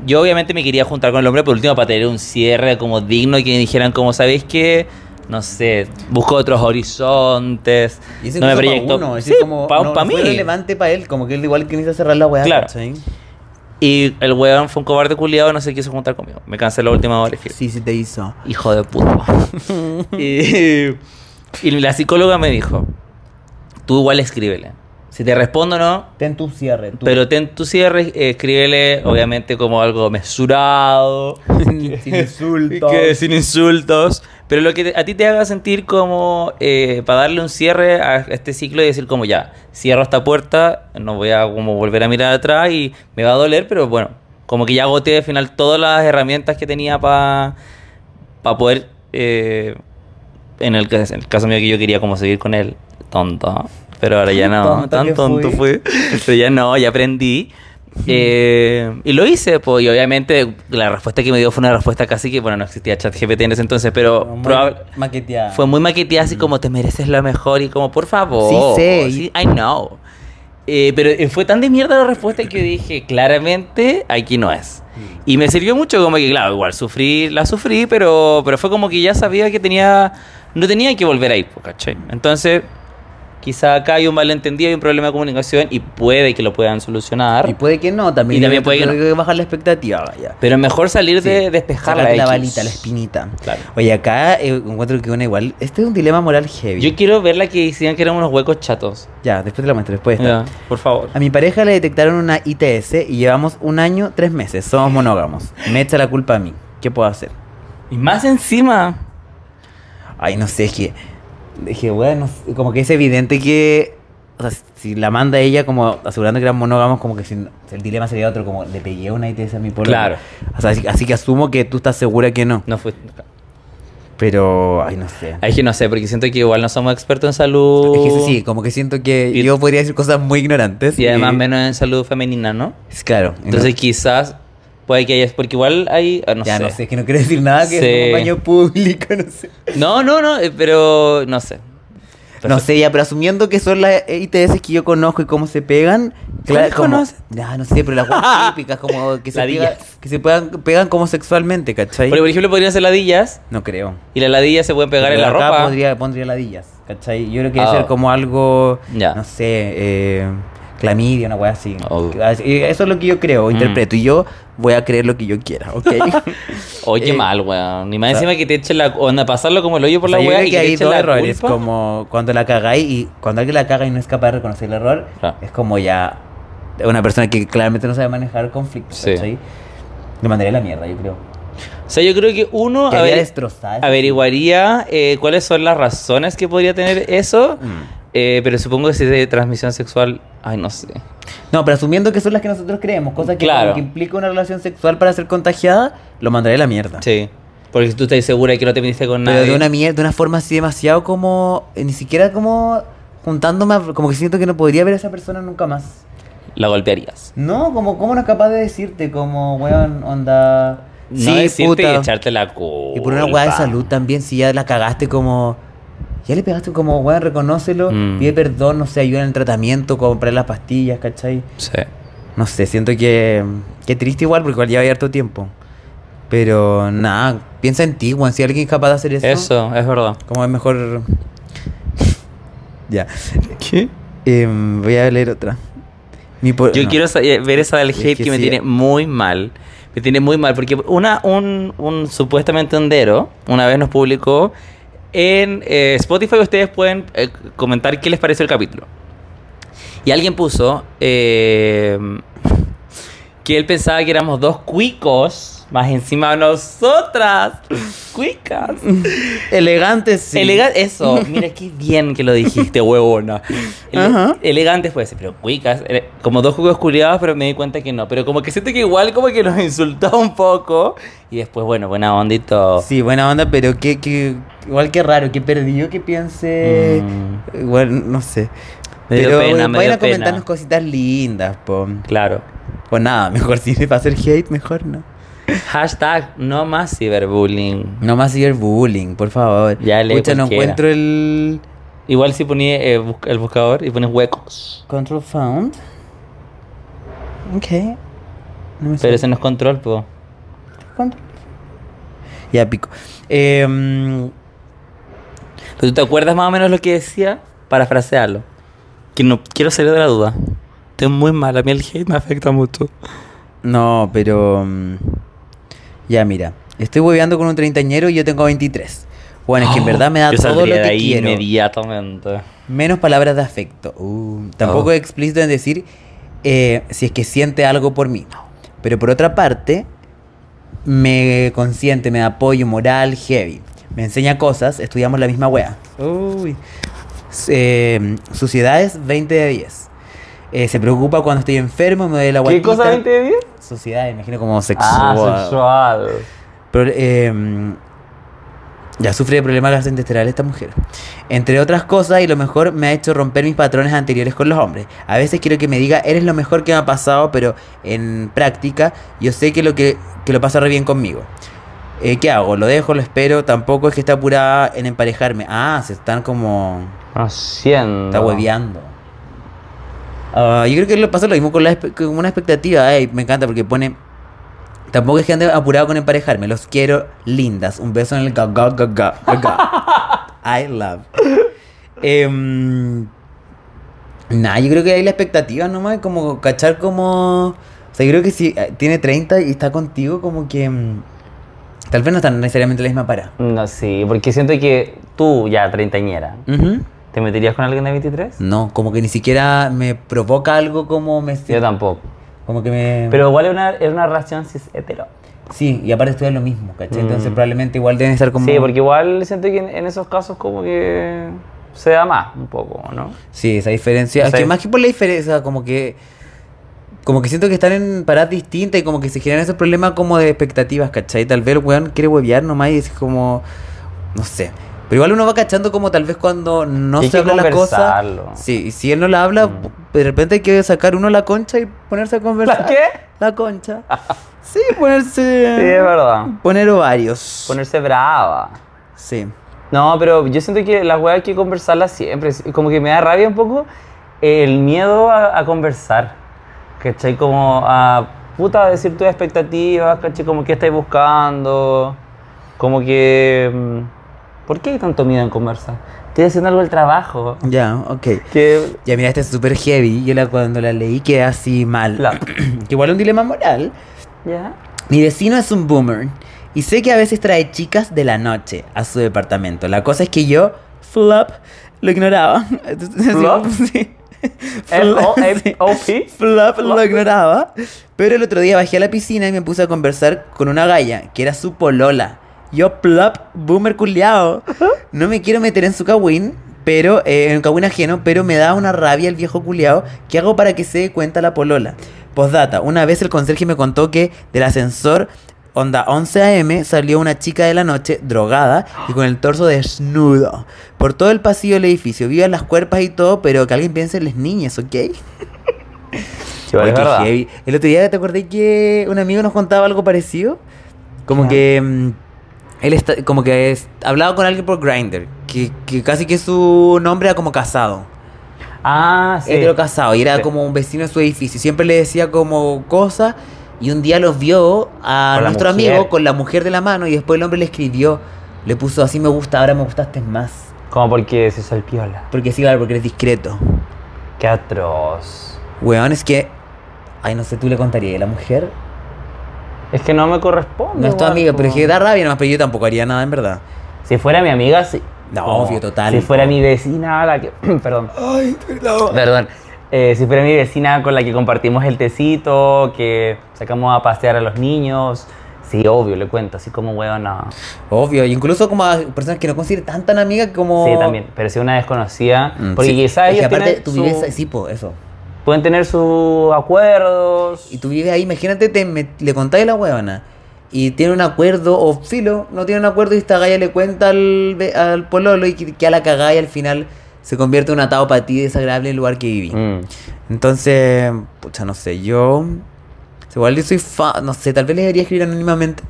S1: yo obviamente me quería juntar con el hombre por último para tener un cierre como digno y que me dijeran como, ¿sabéis qué? No sé, busco otros horizontes.
S2: Y ese
S1: no me
S2: cosa pa'
S1: proyecto.
S2: uno, es
S1: sí,
S2: decir, como,
S1: pa-
S2: no,
S1: pa'
S2: no
S1: mí.
S2: Fue relevante para él, como que él igual que necesita cerrar la wea.
S1: Claro.
S2: ¿cachai?
S1: Y el weón fue un cobarde culiado, no se quiso juntar conmigo. Me canceló a última hora.
S2: Sí, sí te hizo.
S1: Hijo de puta. y, y la psicóloga me dijo, tú igual escríbele. Si te respondo no,
S2: Ten tu cierre. tu-
S1: Pero ten tu cierre, eh, escríbele obviamente como algo mesurado.
S2: Sin insultos.
S1: Que, sin insultos. Pero lo que te- a ti te haga sentir como eh, para darle un cierre a este ciclo y decir como ya, cierro esta puerta, no voy a como volver a mirar atrás y me va a doler, pero bueno, como que ya agoté al final todas las herramientas que tenía para para poder... eh, en el, ca- en el caso mío que yo quería como seguir con él, tonto, ¿ah? pero ahora ya no,
S2: Tonto que
S1: tan tonto
S2: fui.
S1: fui, pero ya no, ya aprendí. Eh, y lo hice, pues, y obviamente la respuesta que me dio fue una respuesta casi que, bueno, no existía ChatGPT en ese entonces, pero
S2: Como muy
S1: probable-
S2: Maqueteada.
S1: fue muy maqueteada, así como te mereces lo mejor y como, por favor.
S2: Sí sé.
S1: I know. Eh, pero eh, fue tan de mierda la respuesta que yo dije, claramente aquí no es.
S2: Mm.
S1: Y me sirvió mucho como que, claro, igual sufrí, la sufrí, pero, pero fue como que ya sabía que tenía, no tenía que volver ahí, po, ¿cachai? pues, Entonces, quizá acá hay un malentendido, hay un problema de comunicación y puede que lo puedan solucionar.
S2: Y puede que no,
S1: Y
S2: también.
S1: también puede que no.
S2: bajar la expectativa, vaya.
S1: Pero mejor salir
S2: Sí.
S1: de despejar
S2: Sacarle
S1: la,
S2: la
S1: X.
S2: balita, la espinita.
S1: Claro.
S2: Oye, acá eh, encuentro que una igual. Este es un dilema moral heavy.
S1: Yo quiero ver la que decían que eran unos huecos chatos.
S2: Ya, después te la muestro, después. de esta.
S1: Ya, por favor.
S2: A mi pareja le detectaron una ITS y llevamos un año, tres meses. Somos monógamos. Me echa la culpa a mí. ¿Qué puedo hacer?
S1: Y más encima.
S2: Ay, no sé, es que. Dije, bueno, como que es evidente que. O sea, si la manda ella como asegurando que eran monógamos, como que si, no- el dilema sería otro, como le pegué una ITS a mi polo.
S1: Claro.
S2: O sea, así, así que asumo que tú estás segura que no.
S1: No fue.
S2: Pero, ay, no sé.
S1: Ay, que no sé, porque siento que igual no somos expertos en salud.
S2: Es que sí, sí, como que siento que
S1: Y-
S2: yo podría decir cosas muy ignorantes.
S1: Y además
S2: que-
S1: menos en salud femenina, ¿no?
S2: Es Claro. y no-
S1: Entonces quizás puede que haya. Porque igual hay. ah, No
S2: ya
S1: sé.
S2: no sé, es que no quiero decir nada, que
S1: Sí.
S2: es un baño público, no sé.
S1: No, no, no, eh, pero no sé.
S2: No sé, ya, pero asumiendo que son las ITS que yo conozco y cómo se pegan, claro,
S1: las
S2: como-
S1: conoces? Ah,
S2: Ya, no sé, pero las guas típicas, como que se,
S1: Ladillas.
S2: pega- que se pegan, pegan como sexualmente, ¿cachai?
S1: Porque, por ejemplo, podrían ser ladillas
S2: no creo.
S1: y las ladillas se pueden pegar en
S2: Pero
S1: la
S2: acá
S1: ropa.
S2: Podría, pondría ladillas, ¿cachai? Yo creo que debe
S1: Ah.
S2: ser como algo,
S1: Ya.
S2: no sé, eh, clamidia, una wea así.
S1: Oh.
S2: Eh, Eso es lo que yo creo,
S1: Mm.
S2: interpreto, y yo voy a creer lo que yo quiera, ¿ok?
S1: Oye,
S2: Eh,
S1: mal, weón. Ni más
S2: o sea-
S1: encima que te echen la. Onda, pasarlo como el hoyo por
S2: O sea,
S1: la
S2: yo
S1: weá
S2: creo
S1: y
S2: que
S1: que te
S2: hay
S1: echen
S2: dos
S1: la
S2: errores,
S1: culpa.
S2: como cuando la cagáis y cuando alguien la caga y no es capaz de reconocer el error,
S1: Claro.
S2: es como ya una persona que claramente no sabe manejar conflictos,
S1: Sí.
S2: ¿cachai? Le mandaría a la mierda, yo creo.
S1: O sea, yo creo que uno
S2: Que
S1: aver-
S2: había destrozado. ese-
S1: averiguaría eh, cuáles son las razones que podría tener eso.
S2: Mm.
S1: eh, pero supongo que si es de transmisión sexual. Ay, no sé.
S2: No, pero asumiendo que son las que nosotros creemos, cosas que, como
S1: Claro.
S2: que implica una relación sexual para ser contagiada, lo mandaría a la mierda.
S1: Sí. Porque tú estás segura de que no te viniste con
S2: Pero
S1: nadie.
S2: de una mierda, de una forma así demasiado como, eh, ni siquiera como juntándome, a- como que siento que no podría ver a esa persona nunca más.
S1: La golpearías.
S2: No, como cómo no es capaz de decirte como, weón, onda...
S1: No decirte y echarte la culpa.
S2: Y por una weá de salud también, si ya la cagaste como... Ya le pegaste como, weón, reconócelo,
S1: Mm.
S2: pide perdón, no sé, ayuda en el tratamiento, comprar las pastillas, ¿cachai?
S1: Sí.
S2: No sé, siento que... Que triste igual, porque igual lleva harto tiempo. Pero nada, piensa en ti, weón, si alguien es capaz de hacer eso...
S1: Eso, es verdad.
S2: Como es mejor... ya.
S1: ¿Qué?
S2: Em, voy a leer otra. Mi po-
S1: Yo
S2: no.
S1: quiero sa- eh, ver esa del
S2: Es
S1: hate
S2: que
S1: que me
S2: sí.
S1: tiene muy mal. Me tiene muy mal porque una, un, un supuestamente hondero una vez nos publicó en eh, Spotify. Ustedes pueden eh, comentar qué les pareció el capítulo. Y alguien puso eh, que él pensaba que éramos dos cuicos más encima de nosotras. Cuicas.
S2: Elegante, sí.
S1: Elega- eso, mira qué bien que lo dijiste, huevona. Ele-
S2: Ajá.
S1: Elegante fue ese, pero cuicas, era como dos juegos curiados, pero me di cuenta que no. Pero como que siento que igual como que nos insultó un poco. Y después, bueno, buena onda y todo.
S2: Sí, buena onda, pero que, que igual que raro, que perdido que piense.
S1: Mm.
S2: Igual, no sé.
S1: Me dio
S2: Pero
S1: pena,
S2: bueno,
S1: me
S2: vayan
S1: dio
S2: a comentarnos
S1: pena.
S2: cositas lindas, po.
S1: Claro.
S2: Pues nada, mejor si va a hacer hate, mejor no.
S1: Hashtag no más ciberbullying.
S2: No más ciberbullying, por favor.
S1: Ya lee
S2: Pucha, no
S1: cualquiera.
S2: encuentro el.
S1: Igual si poní eh, bus- el buscador y pones huecos.
S2: Control found. Ok. No me
S1: Pero
S2: sale.
S1: ese no es control, po.
S2: Control. Ya pico. Em,
S1: Pero tú te acuerdas más o menos lo que decía, parafrasearlo. Que no quiero salir de la duda. Estoy muy mal, a mí el hate me afecta mucho.
S2: No, pero. mm, Ya, mira. Estoy hueveando con un treintañero y yo tengo 23. Bueno, es que en verdad me da
S1: Oh, Yo
S2: todo lo
S1: saldría de
S2: que
S1: ahí
S2: quiero.
S1: inmediatamente.
S2: Menos palabras de afecto. Uh, tampoco
S1: Oh.
S2: es explícito en decir eh, si es que siente algo por mí. Pero por otra parte, me consiente, me da apoyo moral, heavy. Me enseña cosas, estudiamos la misma wea. Uy. Eh, sociedades, 20 de 10. Eh, se preocupa cuando estoy enfermo, me duele la guatita.
S1: de 10?
S2: Sociedad, imagino como sexual.
S1: Ah, sexual.
S2: Pro- em, ya sufre de problemas gastrointestinales esta mujer. Entre otras cosas, y lo mejor me ha hecho romper mis patrones anteriores con los hombres. A veces quiero que me diga, eres lo mejor que me ha pasado, pero en práctica yo sé que lo, que, que lo pasa re bien conmigo. Eh, ¿Qué hago? ¿Lo dejo? ¿Lo espero? Tampoco es que está apurada en emparejarme. Ah, se están como...
S1: Haciendo.
S2: Está hueveando. Ah, yo creo que le pasa lo mismo con, la, espe- con una expectativa. Ay, me encanta porque pone. Tampoco es que ande apurado con emparejarme. Los quiero lindas. Un beso en el gaga, gaga, gaga. I love. Em, Nah, yo creo que hay la expectativa nomás, como cachar como... O sea, yo creo que si eh, tiene 30 y está contigo, como que... mm, Tal vez no están necesariamente la misma para.
S1: No, sí, porque siento que tú, ya treintañera,
S2: Ujú.
S1: ¿te meterías con alguien de 23?
S2: No, como que ni siquiera me provoca algo como me...
S1: Yo tampoco.
S2: Como que me...
S1: Pero igual es una, es una relación cis hetero.
S2: Sí, y aparte estudian lo mismo, ¿cachai? Entonces
S1: Mm.
S2: probablemente igual deben estar como...
S1: Sí, porque igual siento que en, en esos casos como que se da más un poco, ¿no?
S2: Sí, esa diferencia.
S1: O
S2: Es
S1: sea,
S2: que más que por la diferencia, como que... Como que siento que están en paradas distintas y como que se generan esos problemas como de expectativas, ¿cachai? Tal vez el weón quiere huevear nomás y es como... No sé. Pero igual uno va cachando como tal vez cuando no
S1: Y hay
S2: se
S1: que
S2: habla la cosa.
S1: conversarlo. Mm.
S2: Sí, y si él no la habla, de repente hay que sacar uno la concha y ponerse a conversar.
S1: ¿La qué?
S2: La concha. sí, ponerse...
S1: Sí, es verdad.
S2: Poner ovarios.
S1: Ponerse brava.
S2: Sí.
S1: No, pero yo siento que las weas hay que conversarlas siempre. Es- Como que me da rabia un poco el miedo a, a conversar. ¿Cachai? Como a puta decir tus expectativas, ¿cachai? Como qué estáis buscando. Como que. mm, ¿Por qué hay tanto miedo en conversar? Estoy haciendo algo del trabajo.
S2: Ya, ok.
S1: Que.
S2: Ya mira, esta es súper heavy. Yo la, cuando la leí quedé así mal.
S1: La-
S2: Que igual es un dilema moral.
S1: ¿Ya?
S2: Mi vecino es un boomer. Y sé que a veces trae chicas de la noche a su departamento. La cosa es que yo, flop, lo ignoraba. Entonces,
S1: ¿Flop?
S2: Sí. Flop, sí.
S1: F-O-P.
S2: Flop lo ignoraba. Pero el otro día bajé a la piscina y me puse a conversar con una galla, que era su polola. Yo, plop, boomer culiao. No me quiero meter en su cagüín, pero, eh, en un cagüín ajeno, pero me da una rabia el viejo culiao. ¿Qué hago para que se dé cuenta la polola? Postdata, una vez el conserje me contó que del ascensor Onda 11 a.m. salió una chica de la noche drogada y con el torso desnudo por todo el pasillo del edificio. Vivan las cuerpas y todo, pero que alguien piense en las niñas, ¿ok?
S1: Sí, vale,
S2: Oye,
S1: es
S2: qué
S1: verdad.
S2: heavy. El otro día te acordé que un amigo nos contaba algo parecido. Como
S1: Ya.
S2: que. mm, él está, como que es- hablaba con alguien por Grindr. Que, que casi que su nombre era como casado.
S1: Ah, sí.
S2: Hetero casado. Y era
S1: Sí.
S2: como un vecino de su edificio. Siempre le decía como cosas. Y un día los vio a
S1: Con la
S2: nuestro
S1: mujer.
S2: amigo con la mujer de la mano. Y después el hombre le escribió. Le puso así me gusta, ahora me gustaste más.
S1: Como porque se hizo el piola.
S2: Porque sí, claro, porque eres discreto.
S1: Qué atroz.
S2: Weón, es que. Ay, no sé, tú le contarías a la mujer.
S1: Es que no me corresponde.
S2: No es tu
S1: weón,
S2: amiga, pero es
S1: como-
S2: que da rabia nomás, pero yo tampoco haría nada en verdad.
S1: Si fuera mi amiga, sí.
S2: No, obvio, total.
S1: Si fuera mi vecina, la que. perdón.
S2: Ay, perdón.
S1: Perdón. Eh, si fuera mi vecina con la que compartimos el tecito, que sacamos a pasear a los niños. Sí, obvio, le cuento, así como huevona.
S2: Obvio, y incluso como a personas que no consideran tan tan amiga como.
S1: Sí, también. Pero si una desconocida.
S2: Oh. Mm,
S1: porque
S2: sí.
S1: quizás
S2: Es que
S1: ellos
S2: aparte
S1: tienen
S2: tú
S1: su-
S2: vives. Sí, po, eso.
S1: pueden tener sus acuerdos.
S2: Y tú vives ahí, imagínate, te met- le contáis a la huevona. Y tiene un acuerdo, o filo, no tiene un acuerdo y esta galla le cuenta al, ve- al pololo y que, que a la cagada y al final se convierte en un atado para ti desagradable en el lugar que viví.
S1: Mm.
S2: Entonces, pucha, no sé, yo. Igual yo soy fan, no sé, tal vez le debería escribir anónimamente.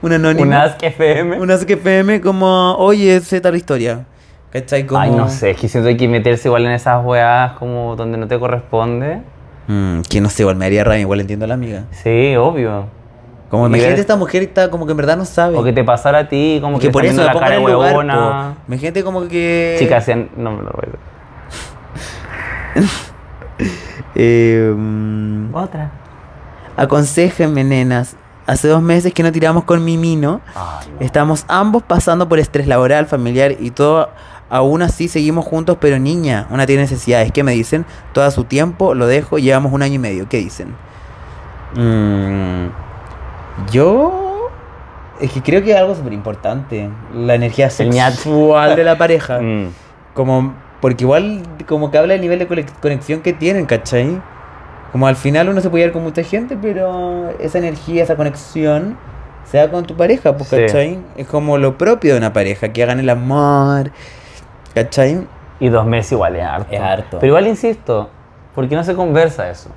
S2: Un anónimo.
S1: Un Ask FM.
S2: Una que PM como, oye, sé tal historia. ¿Cachai? Como...
S1: Ay, no sé, es que siento que meterse igual en esas weas como donde no te corresponde.
S2: Mm, que no sé, igual me haría rabia, igual entiendo a la amiga.
S1: Sí, obvio.
S2: Como
S1: Y
S2: imagínate
S1: ver-
S2: esta mujer está como que en verdad no sabe.
S1: O que te pasara a ti, como
S2: Y
S1: que,
S2: que por
S1: le
S2: eso
S1: están
S2: la
S1: viendo la
S2: pongan
S1: cara
S2: en lugar.
S1: huevona.
S2: po. Imagínate como que...
S1: Chicas, sean- no me lo recuerdo.
S2: Eh, mm,
S1: Otra.
S2: aconséjenme, nenas. Hace dos meses que no tiramos con mi mino. Estamos ambos pasando por estrés laboral, familiar y todo. Aún así seguimos juntos, pero niña, una tiene necesidades. ¿Qué me dicen? Todo su tiempo, lo dejo, llevamos un año y medio. ¿Qué dicen? Mm, yo... Es que creo que es algo súper importante. La energía
S1: ñat.
S2: sexual de la pareja.
S1: Mm.
S2: Como, porque igual, como que habla del nivel de conex- conexión que tienen, ¿cachai? Como al final uno se puede ir con mucha gente, pero esa energía, esa conexión, se da con tu pareja, pues,
S1: Sí.
S2: ¿cachai? Es como lo propio de una pareja, que hagan el amor, ¿cachai?
S1: Y dos meses igual es harto.
S2: Es harto.
S1: Pero igual insisto, ¿por qué no se conversa eso?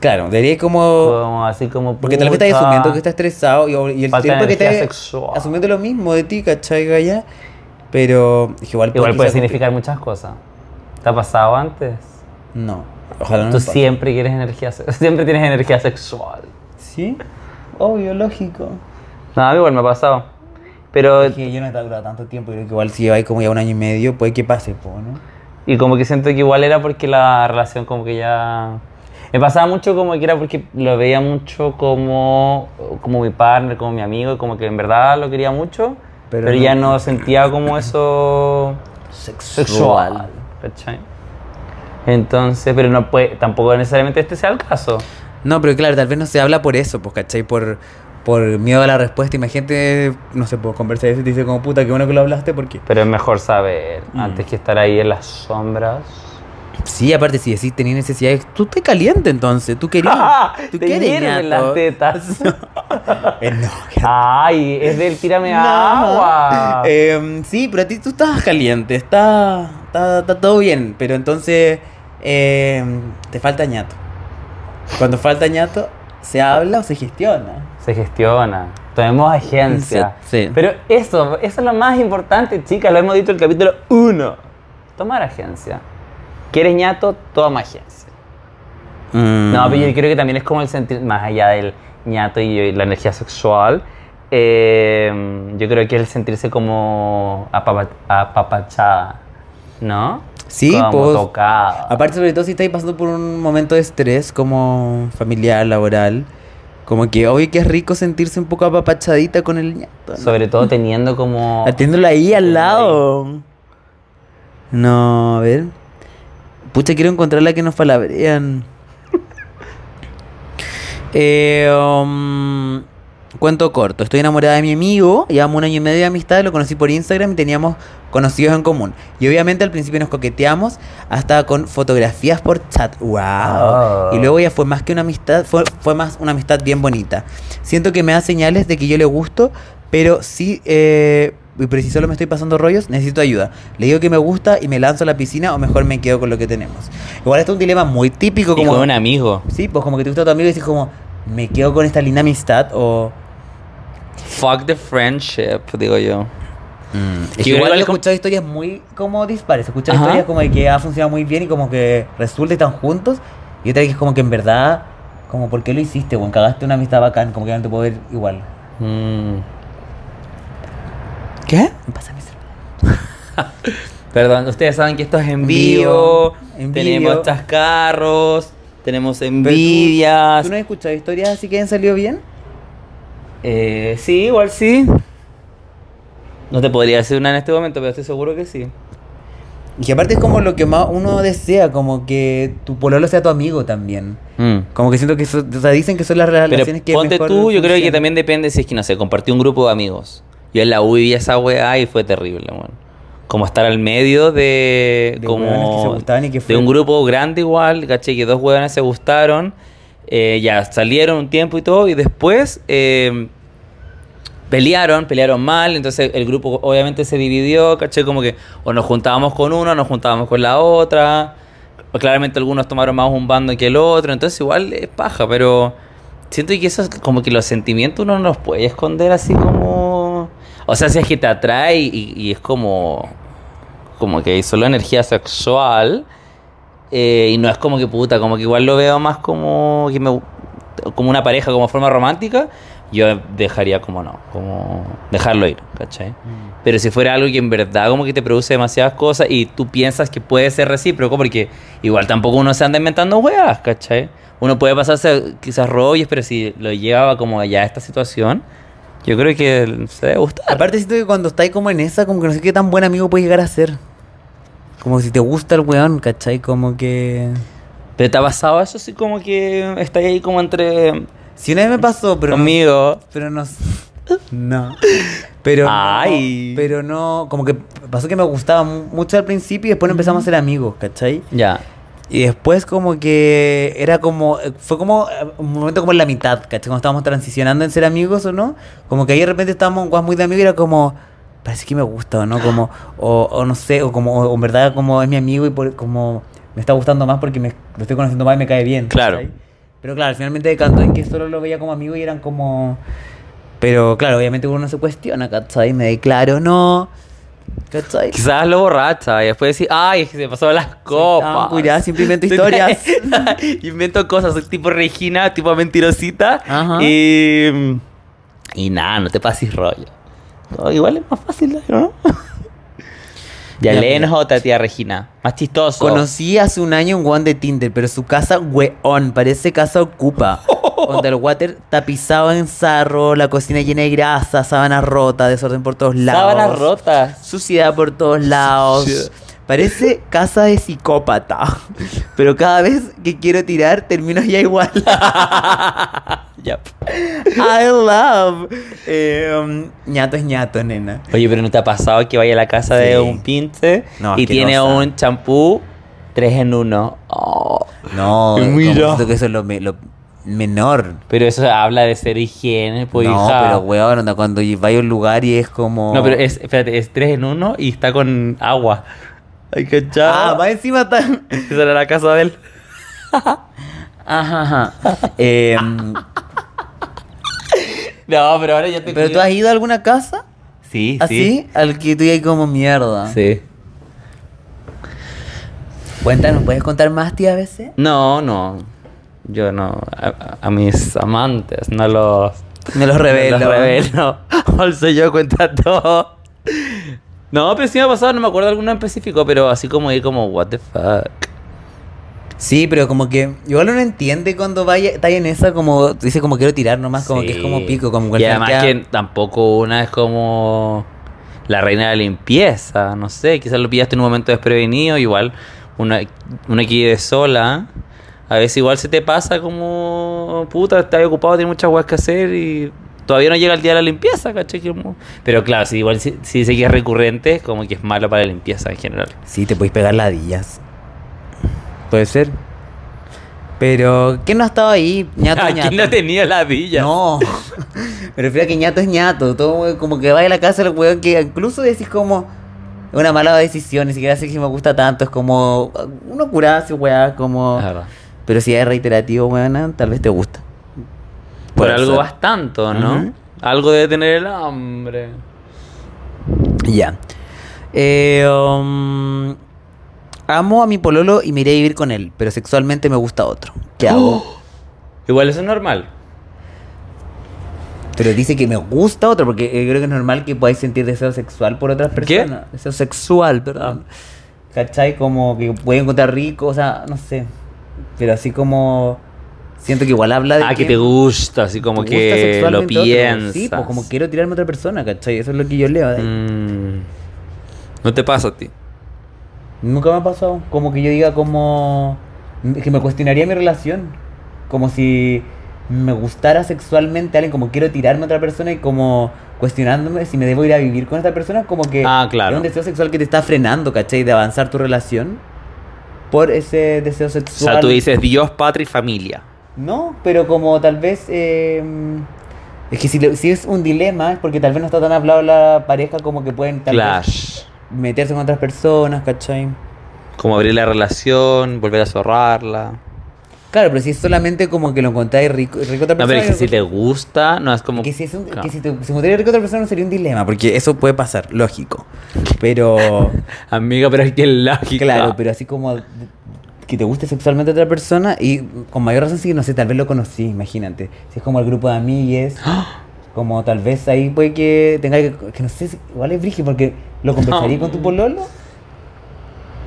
S2: Claro, debería como...
S1: Como así como.
S2: Porque tal vez estás
S1: puta,
S2: asumiendo que estás estresado y, y el
S1: falta de
S2: tiempo que
S1: energía
S2: estás
S1: sexual.
S2: asumiendo lo mismo de ti, ¿cachai, Gaya? Pero es que igual,
S1: Igual puede
S2: quizás-
S1: significar muchas cosas. ¿Te ha pasado antes?
S2: No, ojalá no
S1: Tú
S2: me pase.
S1: siempre quieres energía se- siempre tienes energía sexual.
S2: ¿Sí? Obvio, lógico.
S1: No, a mí igual me ha pasado. Pero
S2: Es que yo no he durado tanto tiempo, creo que igual si lleváis como ya un año y medio, puede que pues, pase, po, ¿no?
S3: Y como que siento que igual era porque la relación como que ya... Me pasaba mucho como que era porque lo veía mucho como, como mi partner, como mi amigo, y como que en verdad lo quería mucho,
S2: Pero
S3: pero, ya
S2: no-
S3: no sentía como eso
S2: Sexual.
S3: sexual. ¿cachai? Entonces, pero no puede, tampoco necesariamente este sea el caso.
S2: No, pero claro, tal vez no se habla por eso, pues, ¿cachai? Por, por miedo a la respuesta. Imagínate, no sé, por conversar y te dice como puta, qué bueno que lo hablaste, porque.
S3: Pero es mejor saber,
S2: Mm.
S3: antes que estar ahí en las sombras.
S2: Sí, aparte, si decís tenés necesidades, tú te caliente entonces, tú querías. tú
S3: Ah, Te
S2: quieres,
S3: hierven
S2: ñato.
S3: las tetas.
S2: Eh, no, que-
S3: Ay, es del tírame agua.
S2: Em, sí, pero a ti tú estabas caliente, está, está, está todo bien, pero entonces em, te falta ñato. Cuando falta ñato, ¿se habla o se gestiona?
S3: Se gestiona. Tomemos agencia.
S2: Sí, sí.
S3: Pero eso, eso es lo más importante, chicas. Lo hemos dicho en el capítulo 1. Tomar agencia. ¿Quieres ñato? Toma agencia. Mm. No, pero yo creo que también es como el sentir, más allá del ñato y la energía sexual, eh, yo creo que el sentirse como apapa- apapachada, ¿no?
S2: Sí,
S3: como
S2: pues,
S3: tocada.
S2: Aparte, sobre todo si estáis pasando por un momento de estrés como familiar, laboral, como que obvio que es rico sentirse un poco apapachadita con el ñato. ¿no?
S3: Sobre todo teniendo como...
S2: Atiéndolo ahí al
S3: Atiéndolo
S2: lado. No, a ver. Pucha, quiero encontrar la que nos palabrean. Eh, um, cuento corto. Estoy enamorada de mi amigo. Llevamos un año y medio de amistad. Lo conocí por Instagram y teníamos conocidos en común. Y obviamente al principio nos coqueteamos hasta con fotografías por chat. ¡Wow!
S3: Ah.
S2: Y luego ya fue más que una amistad. Fue, fue más una amistad bien bonita. Siento que me da señales de que yo le gusto. Pero sí, eh, y pero si solo me estoy pasando rollos, necesito ayuda. Le digo que me gusta y me lanzo a la piscina o mejor me quedo con lo que tenemos. Igual este es un dilema muy típico
S1: Y
S2: como...
S1: con un amigo.
S2: Sí, pues como que te gusta tu amigo y dices como, me quedo con esta linda amistad o...
S1: Fuck the friendship, digo yo.
S2: Es que
S1: Yo
S2: igual
S1: Mm. igual
S2: he
S1: com-
S2: escuchado historias muy como dispares. He escuchado
S1: Ajá.
S2: historias como de que ha funcionado muy bien y como que resulta y están juntos. Y otra que es como que en verdad, como ¿por qué lo hiciste? Bueno, cagaste una amistad bacán, como que ya no te puedo ver igual.
S1: Mm. ¿Qué?
S2: Me pasa mi celular.
S1: Perdón, ustedes saben que esto es en
S2: vivo,
S1: vivo,
S2: en vivo.
S1: tenemos chascarros, tenemos
S2: Pero tú-
S1: envidias.
S2: ¿Tú no has escuchado historias así que han salido bien?
S1: Eh, sí, igual sí. No te podría decir una en este momento, pero estoy seguro que sí.
S2: Y que aparte es como lo que más uno desea, como que tu pololo sea tu amigo también. Como que siento que eso- o sea, dicen que son las
S1: Pero
S2: relaciones que
S1: ponte
S2: mejor
S1: tú, yo creo que
S2: funcionan.
S1: también depende si es que, no sé, compartí un grupo de amigos. Yo en la U viví esa weá y fue terrible, weón. Como estar al medio de.
S2: De hueones
S1: como
S2: que se gustaban y que fue-
S1: De un grupo grande igual, caché, que dos hueones se gustaron. eh, ya salieron un tiempo y todo, y después. eh, pelearon, pelearon mal, entonces el grupo obviamente se dividió, caché, como que o nos juntábamos con uno, nos juntábamos con la otra, o claramente algunos tomaron más un bando que el otro, entonces igual es paja, pero siento que eso es como que los sentimientos uno no los puede esconder así como... O sea, si es que te atrae y, y es como... Como que hay solo energía sexual. eh, y no es como que puta, como que igual lo veo más como que me, como una pareja, como forma romántica, yo dejaría como no, como dejarlo ir, ¿cachai?
S2: Mm.
S1: Pero si fuera algo que en verdad como que te produce demasiadas cosas y tú piensas que puede ser recíproco, porque igual tampoco uno se anda inventando huevas, ¿cachai? Uno puede pasarse quizás rollos, pero si lo llevaba como allá a esta situación, yo creo que se debe gustar.
S2: Aparte siento que cuando estáis como en esa, como que no sé qué tan buen amigo puedes llegar a ser. Como si te gusta el weón, ¿cachai? Como que...
S1: Pero te ha pasado eso así como que está ahí como entre
S2: Si una vez me pasó, pero... no-
S1: conmigo.
S2: pero no... No. Pero...
S1: Ay.
S2: No, pero no... Como que pasó que me gustaba mu- mucho al principio y después no empezamos a ser amigos, ¿cachai?
S1: Ya.
S2: Y después como que era como, fue como eh, un momento como en la mitad, ¿cachai? Cuando estábamos transicionando en ser amigos o no, como que ahí de repente estábamos en guas muy de amigos y era como, parece que me gusta o no, como, o, o no sé, o como, o en verdad como es mi amigo y por- como me está gustando más porque me, lo estoy conociendo más y me cae bien.
S1: Claro.
S2: ¿cachai? Pero claro, finalmente decantó en que solo lo veía como amigo y eran como... Pero claro, obviamente uno se cuestiona, ¿cachai? Me declaro, no, ¿cachai?
S1: Quizás lo borracha y después decís, ay, es que se pasó las copas.
S2: Estaban curadas, simplemente historias.
S1: Invento cosas, soy tipo Regina, tipo mentirosita.
S2: Ajá.
S1: Y. Y nada, no te pases rollo. No, igual es más fácil, ¿no? Ya,
S2: Ya,
S1: léenos
S2: mira.
S1: otra, tía Regina. Más chistoso.
S2: Conocí hace un año un guan de Tinder, pero su casa, weón, parece casa ocupa. Onda el water tapizado en sarro, la cocina llena de grasa, sábanas rotas, desorden por todos lados.
S1: Sábanas rotas.
S2: Suciedad por todos
S1: Suciedad.
S2: lados. Parece casa de psicópata. Pero cada vez que quiero tirar, termino ya igual.
S1: Ya.
S2: I love. Eh, um, ñato es ñato, nena.
S1: Oye, pero ¿no te ha pasado que vaya a la casa
S2: Sí.
S1: de un pinte
S2: No,
S1: y tiene
S2: asquerosa.
S1: un champú tres en uno? Oh.
S2: No,
S1: Y
S2: como
S1: mira.
S2: siento que eso es lo, me- lo menor.
S1: Pero eso habla de ser higiene, pues
S2: no,
S1: hija.
S2: pero weón, onda, cuando vaya a un lugar y es como.
S1: No, pero es, espérate, es tres en uno y está con agua. Ay, cachado.
S2: Ah, va encima está.
S1: Esa era la casa de él.
S2: Ajá, ajá. Em,
S1: No, pero ahora ya te
S2: pero tú has ido a alguna casa
S1: Sí,
S2: así, al que tú ya como mierda.
S1: sí. Sí.
S2: Cuéntanos, ¿puedes contar más, tía, a veces?
S1: No, no. Yo no. A, a- a mis amantes, no los.
S2: Me los revelo.
S1: Los revelo. Also, yo cuenta todo. No, pero sí me ha pasado, no me acuerdo de alguno en específico, pero así como ir como, what the fuck.
S2: Sí, pero como que igual uno entiende cuando vaya, está en esa como, dice como quiero tirar nomás, como que es
S1: Sí.
S2: como pico, como
S1: Y
S2: cualquier
S1: además que tampoco una es como la reina de la limpieza, no sé, quizás lo pillaste en un momento desprevenido, igual una, una que vive sola, a veces igual se te pasa como, puta, estás ocupado, tienes muchas cosas que hacer y todavía no llega el día de la limpieza, ¿cachai? Que mo- Pero claro, si igual si, si dice que es recurrente, como que es malo para la limpieza en general.
S2: Sí, te podéis pegar ladillas. Puede ser. Pero, ¿quién no ha estado ahí? Ñato,
S1: Ah,
S2: ñato.
S1: ¿Quién no tenía la villa?
S2: No. Me refiero a que ñato es ñato. Todo como que va a la casa del weón que incluso decís como una mala decisión, ni siquiera sé si me gusta tanto. Es como uno curada ese weá, como.
S1: Es verdad.
S2: Pero si es reiterativo, weón, tal vez te gusta.
S1: Por
S2: Puede
S1: algo
S2: ser.
S1: vas tanto, ¿no?
S2: Ujú.
S1: Algo debe tener el hambre.
S2: Ya. Eh, um, amo a mi pololo y me iré a vivir con él, pero sexualmente me gusta otro. ¿Qué
S1: ¡Oh!
S2: hago?
S1: Igual eso es normal.
S2: Pero dice que me gusta otro, porque eh, creo que es normal que podáis sentir deseo sexual por otras
S1: ¿Qué?
S2: personas. Deseo sexual, perdón. ¿Cachai? Como que pueden encontrar rico, o sea, no sé. Pero así como. Siento que igual habla de.
S1: Ah, que te gusta, así como
S2: te gusta
S1: que lo
S2: sexualmente otro.
S1: piensas.
S2: Sí, pues como quiero tirarme a otra persona, ¿cachai? Eso es lo que yo leo. ¿eh? de ahí.
S1: Mm. No te pasa a ti.
S2: Nunca me ha pasado. Como que yo diga como... Que me cuestionaría mi relación. Como si me gustara sexualmente a alguien, como quiero tirarme a otra persona y como cuestionándome si me debo ir a vivir con esta persona, como que
S1: Ah, claro.
S2: es un deseo sexual que te está frenando, ¿cachai? De avanzar tu relación por ese deseo
S1: O
S2: sexual.
S1: sea, tú dices Dios, patria y familia.
S2: No, pero como tal vez... eh, es que si, lo- si es un dilema, es porque tal vez no está tan hablado la pareja como que pueden tal vez
S1: Clash.
S2: meterse con otras personas, ¿cachai?
S1: Como abrir la relación, volver a zorrarla.
S2: Claro, pero si es solamente como que lo encontráis rico, rico a otra
S1: No,
S2: persona.
S1: pero es que
S2: yo-
S1: si te gusta, no es como.
S2: que si es un-
S1: Claro.
S2: que si te- si encontrarais rico a otra persona no sería un dilema, porque eso puede pasar, lógico. Pero,
S1: Amiga, pero es que es lógica.
S2: claro, pero así como que te guste sexualmente a otra persona y con mayor razón si, no sé, tal vez lo conocí, imagínate. Si es como el grupo de amigues, como tal vez ahí puede que tenga que, que no sé, si- igual es brígido porque lo conversaría con tu pololo,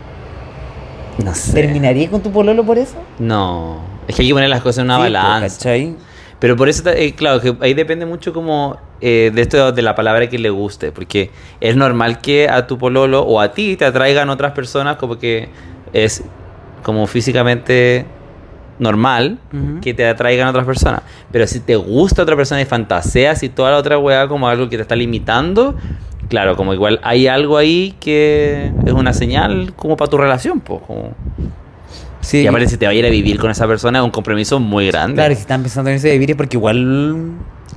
S1: No sé.
S2: terminaría con tu pololo por eso.
S1: No. Es que hay que poner las cosas en una
S2: Sí, pues,
S1: balanza.
S2: ¿cachai?
S1: Pero por eso, ta- eh, claro, que ahí depende mucho como eh, de esto de la palabra que le guste, porque es normal que a tu pololo o a ti te atraigan otras personas como que es como físicamente normal
S2: Ujú.
S1: que te atraigan otras personas. Pero si te gusta otra persona y fantaseas y toda la otra weá como algo que te está limitando, claro, como igual hay algo ahí que es una señal como para tu relación, pues. Como...
S2: Sí,
S1: Y aparte si te va a ir a vivir con esa persona es un compromiso muy grande.
S2: Claro, y si están pensando en irse de vivir es porque igual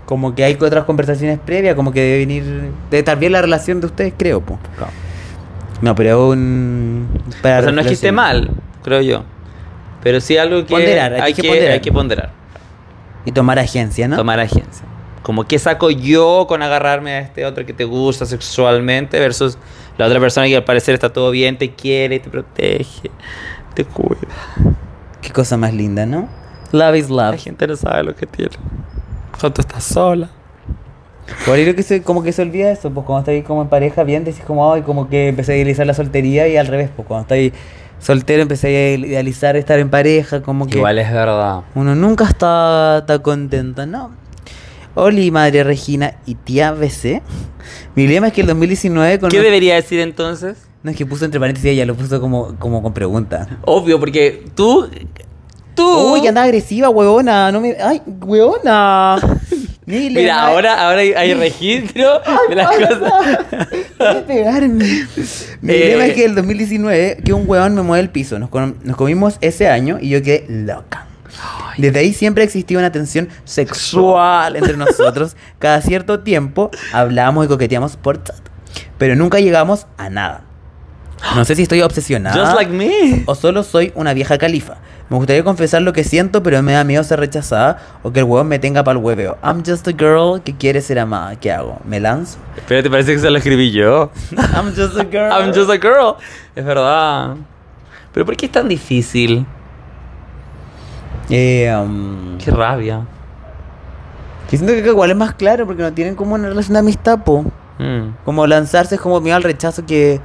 S2: como que hay otras conversaciones previas, como que debe venir, debe estar bien la relación de ustedes, creo, po.
S1: Claro.
S2: No, pero un para
S1: O sea, no es que esté mal,
S2: reflexionar.
S1: creo yo. Pero sí algo que
S2: Ponderar, hay que ponderar.
S1: hay que ponderar.
S2: Y tomar agencia, ¿no?
S1: Tomar agencia. Como qué saco yo con agarrarme a este otro que te gusta sexualmente versus la otra persona que al parecer está todo bien, te quiere, te protege, te cuida.
S2: Qué cosa más linda, ¿no? Love is
S1: La
S2: love.
S1: gente no sabe lo que tiene. Cuando estás sola.
S2: Por ahí creo que se, como que se olvida eso, pues cuando estás ahí como en pareja bien, decís como, ay, como que empecé a idealizar la soltería y al revés, pues cuando estás ahí soltero empecé a idealizar estar en pareja, como que
S3: Igual es verdad.
S2: uno nunca está, está contento, ¿no? Oli, madre Regina y tía BC. Mi lema es que el 2019 con...
S1: ¿Qué debería decir entonces?
S2: No, es que puso entre paréntesis ella, lo puso como, como con pregunta.
S1: Obvio, porque tú. Tú.
S2: Uy, anda agresiva, huevona. No me... Ay, huevona. Mi
S1: Mira,
S2: lema es-
S1: ahora, ahora hay, hay registro de las cosas.
S2: Voy a pegarme. Mi
S1: Eh.
S2: lema es que el 2019, que un huevón me mueve el piso. Nos, com- nos comimos ese año y yo quedé loca. Desde ahí siempre existía una tensión sexual entre nosotros. Cada cierto tiempo hablábamos y coqueteamos por chat. Pero nunca llegamos a nada. No sé si estoy obsesionada.
S1: Just like me.
S2: O solo soy una vieja califa. Me gustaría confesar lo que siento, pero me da miedo ser rechazada o que el huevón me tenga para el hueveo. I'm just a girl que quiere ser amada. ¿Qué hago? ¿Me lanzo?
S1: Pero te parece que se lo escribí yo.
S2: I'm just a girl.
S1: I'm just a girl. Es verdad. Pero ¿por qué es tan difícil?
S2: Eh, um,
S1: Qué rabia.
S2: que siento que igual es más claro porque no tienen como una relación de amistad, po.
S1: Mm.
S2: Como lanzarse es como miedo al rechazo que.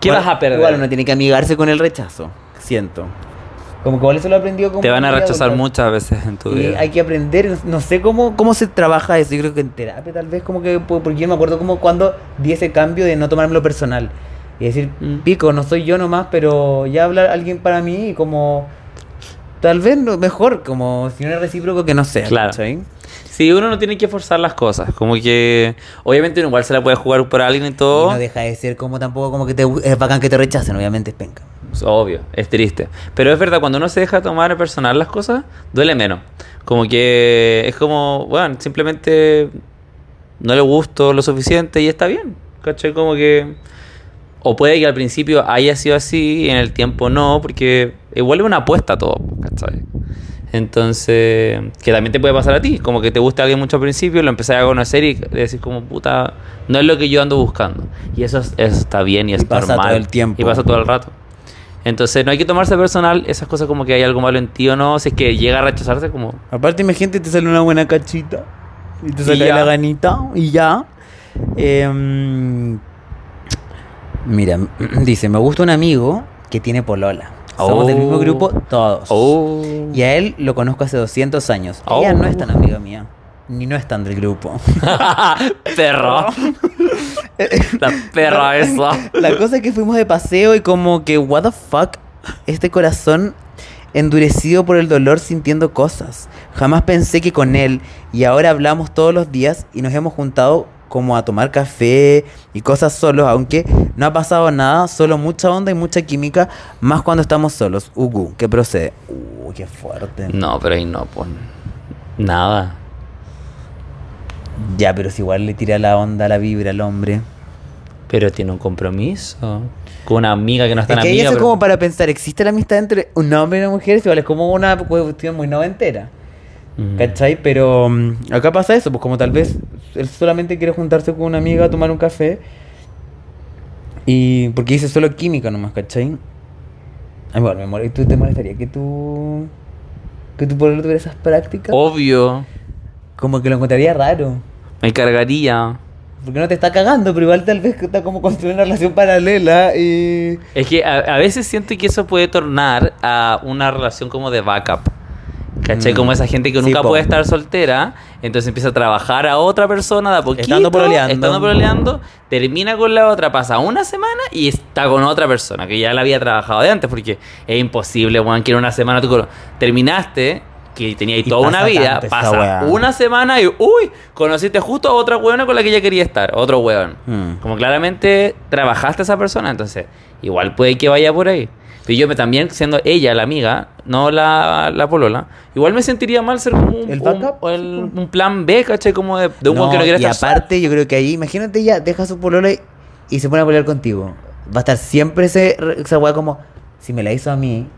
S1: ¿Qué
S2: Igual-
S1: vas a perder?
S2: Igual uno tiene que amigarse con el rechazo. Siento. Como que igual eso lo aprendió como.
S1: Te van a
S2: muy
S1: rechazar
S2: adulta.
S1: muchas veces en tu
S2: Y
S1: vida.
S2: hay que aprender, no- no sé cómo, cómo se trabaja eso, yo creo que en terapia tal vez, como que, po- porque yo me acuerdo como cuando di ese cambio de no tomármelo personal y decir,
S1: Mm.
S2: pico, no soy yo nomás, pero ya habla alguien para mí y como, tal vez no- mejor, como si no es recíproco que no sea,
S1: Claro.
S2: ¿cachai?
S1: Sí, uno no tiene que forzar las cosas. Como que. Obviamente, uno igual se la puede jugar por alguien y todo.
S2: Y no deja de ser como tampoco como que te, es bacán que te rechacen, obviamente es penca.
S1: Es Obvio, es triste. Pero es verdad, cuando uno se deja tomar personal las cosas, duele menos. Como que es como, bueno, simplemente no le gusto lo suficiente y está bien. ¿Cachai? Como que. O puede que al principio haya sido así, en el tiempo no, porque igual es una apuesta todo, ¿cachai? Entonces, que también te puede pasar a ti, como que te gusta alguien mucho al principio, lo empezás a conocer y decís como, puta, no es lo que yo ando buscando. Y eso, es- eso está bien y es
S2: pasa
S1: normal.
S2: todo el tiempo.
S1: Y pasa todo el rato. Entonces, no hay que tomarse personal esas cosas como que hay algo malo en ti o no, si es que llega a rechazarse como...
S2: Aparte, imagínate, te sale una buena cachita. Y te
S1: Y
S2: sale
S1: ya.
S2: la ganita. Y ya. Em, mira, dice, me gusta un amigo que tiene polola. Somos del mismo
S1: Oh.
S2: grupo todos.
S1: Oh.
S2: Y a él lo conozco hace 200 años.
S1: Oh.
S2: Ella no es tan amiga mía. Ni no es tan del grupo.
S1: perro. La perra esa.
S2: La cosa es que fuimos de paseo y como que, what the fuck, este corazón endurecido por el dolor sintiendo cosas. Jamás pensé que con él y ahora hablamos todos los días y nos hemos juntado como a tomar café y cosas solos, aunque no ha pasado nada, solo mucha onda y mucha química, más cuando estamos solos. Ugu, ¿qué procede? Uh, qué fuerte.
S1: No, pero ahí no, pues. Nada.
S2: Ya, pero si igual le tira la onda, la vibra al hombre.
S1: Pero tiene un compromiso. Con una amiga que no es tan
S2: Es que ahí
S1: amiga.
S2: eso es
S1: pero-
S2: como para pensar, ¿existe la amistad entre un hombre y una mujer? Igual es como una cuestión muy noventera.
S1: Mm.
S2: ¿Cachai? Pero mm, acá pasa eso, pues como tal vez él solamente quiere juntarse con una amiga a tomar un café. Y porque dice solo química nomás, ¿cachai? Ay, bueno, me mole- ¿tú te molestaría que tú... Que tú por el tuviera esas prácticas?
S1: Oh. Obvio.
S2: Como que lo encontraría raro.
S1: Me cargaría.
S2: Porque no te está cagando, pero igual tal vez que está como construyendo una relación paralela y...
S1: Es que a, a veces siento que eso puede tornar a una relación como de backup. ¿Cachai?
S2: Mm.
S1: Como esa gente que
S2: Sí,
S1: nunca
S2: po.
S1: puede estar soltera, entonces empieza a trabajar a otra persona de a poquito.
S2: Estando pololeando.
S1: estando pololeando, termina con la otra, pasa una semana y está con otra persona que ya la había trabajado de antes, porque es imposible, weón, que en una semana tú con- terminaste, que tenías ahí
S2: Y
S1: toda
S2: pasa
S1: una vida,
S2: tanto esa
S1: pasa
S2: weá.
S1: una semana y, uy, conociste justo a otra weona con la que ella quería estar, otro weón.
S2: Mm.
S1: Como claramente trabajaste a esa persona, entonces igual puede que vaya por ahí. Y yo me, también, siendo ella la amiga, no la, la polola, igual me sentiría mal ser como un,
S2: ¿El
S1: un-
S2: backup? pues.
S1: o el- un plan B, ¿cachai? Como de, de un weón que no quiere
S2: y
S1: estar solo.
S2: aparte, yo creo que ahí, imagínate ya, deja su polola y, y se pone a pelear contigo. Va a estar siempre ese, re- esa weá como, si me la hizo a mí,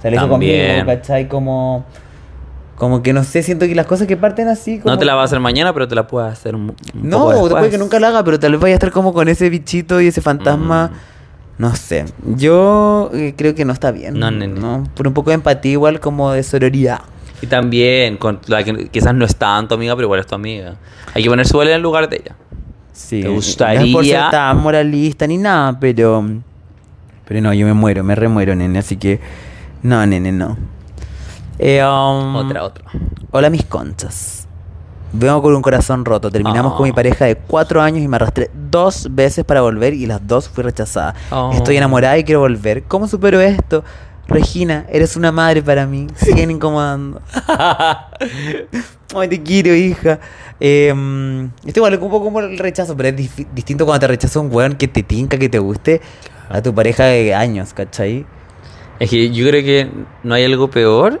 S2: se la hizo
S1: También.
S2: conmigo, ¿cachai? Como, como que no sé, siento que las cosas que parten así. Como,
S1: No te la vas a hacer mañana, pero te la puedes hacer un, un
S2: No,
S1: poco
S2: después.
S1: después.
S2: que nunca la haga, pero tal vez vaya a estar como con ese bichito y ese fantasma. No sé, yo eh, creo que no está bien.
S1: Mm. No, nene.
S2: Por un poco de empatía, igual como de sororidad.
S1: Y Y también, con la que quizás no es tanto amiga, pero igual es tu amiga. Hay que poner su en el lugar de ella.
S2: Sí.
S1: ¿Te
S2: No es por ser
S1: gustaría?
S2: tan moralista ni nada, pero. Pero no, yo me muero, me remuero, nene. Así que. No, nene, no. Eh, um,
S1: Otra, otra.
S2: Hola, mis conchas. Vengo con un corazón roto. Terminamos
S1: Ah.
S2: con mi pareja de cuatro años y me arrastré dos veces para volver y las dos fui rechazada.
S1: Oh.
S2: Estoy enamorada y quiero volver. ¿Cómo supero esto? Regina, eres una madre para mí. Siguen incomodando. Ay, te quiero, hija. Eh, esto igual es un poco como el rechazo, pero es dif- distinto cuando te rechaza un weón que te tinca, que te guste, a tu pareja de años, ¿cachai?
S1: Es que yo creo que no hay algo peor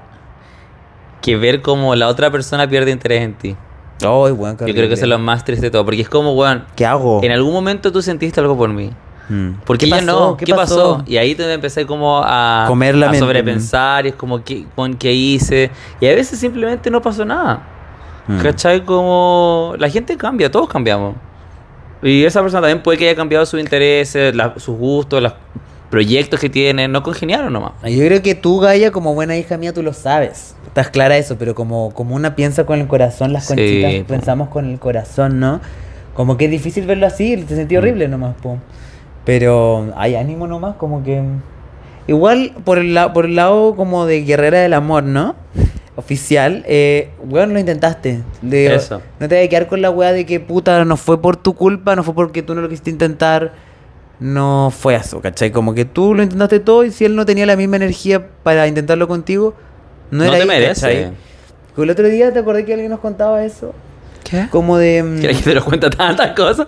S1: que ver cómo la otra persona pierde interés en ti.
S2: Ay, weón,
S1: Yo
S2: qué
S1: creo que
S2: horrible.
S1: eso es lo más triste de todo. Porque es como, weón,
S2: ¿Qué hago?
S1: en algún momento tú sentiste algo por mí.
S2: Mm.
S1: ¿Por qué,
S2: Oh. ¿Qué
S1: ya
S2: pasó?
S1: no? ¿Qué, pasó? Y ahí te empecé como a,
S2: Comer la
S1: a
S2: mente,
S1: sobrepensar y es como ¿qué, con qué hice. Y a veces simplemente no pasó nada.
S2: Mm.
S1: ¿Cachai? Como la gente cambia, todos cambiamos. Y esa persona también puede que haya cambiado sus intereses, la- sus gustos, los proyectos que tiene, no congeniaron nomás.
S2: Ah, Yo creo que tú, Gaia, como buena hija mía, tú lo sabes. Estás clara de eso, pero como, como una piensa con el corazón, las
S1: Sí,
S2: conchitas
S1: po.
S2: pensamos con el corazón, ¿no? Como que es difícil verlo así, te
S1: Mm.
S2: sentí horrible nomás, po. Pero hay ánimo nomás, como que... Igual, por el, la- por el lado como de guerrera del amor, ¿no? Oficial, eh, weón, lo intentaste. De-
S1: Eso.
S2: No te vas a quedar con la weá de que puta, no fue por tu culpa, no fue porque tú no lo quisiste intentar. No fue eso, ¿cachai? Como que tú lo intentaste todo y si él no tenía la misma energía para intentarlo contigo, no,
S1: No,
S2: era
S1: te
S2: ahí,
S1: merece.
S2: ¿cachai? El otro día te acordé que alguien nos contaba eso.
S1: ¿Qué?
S2: Como de. mm,
S1: ¿Quieres que te lo cuente tantas cosas?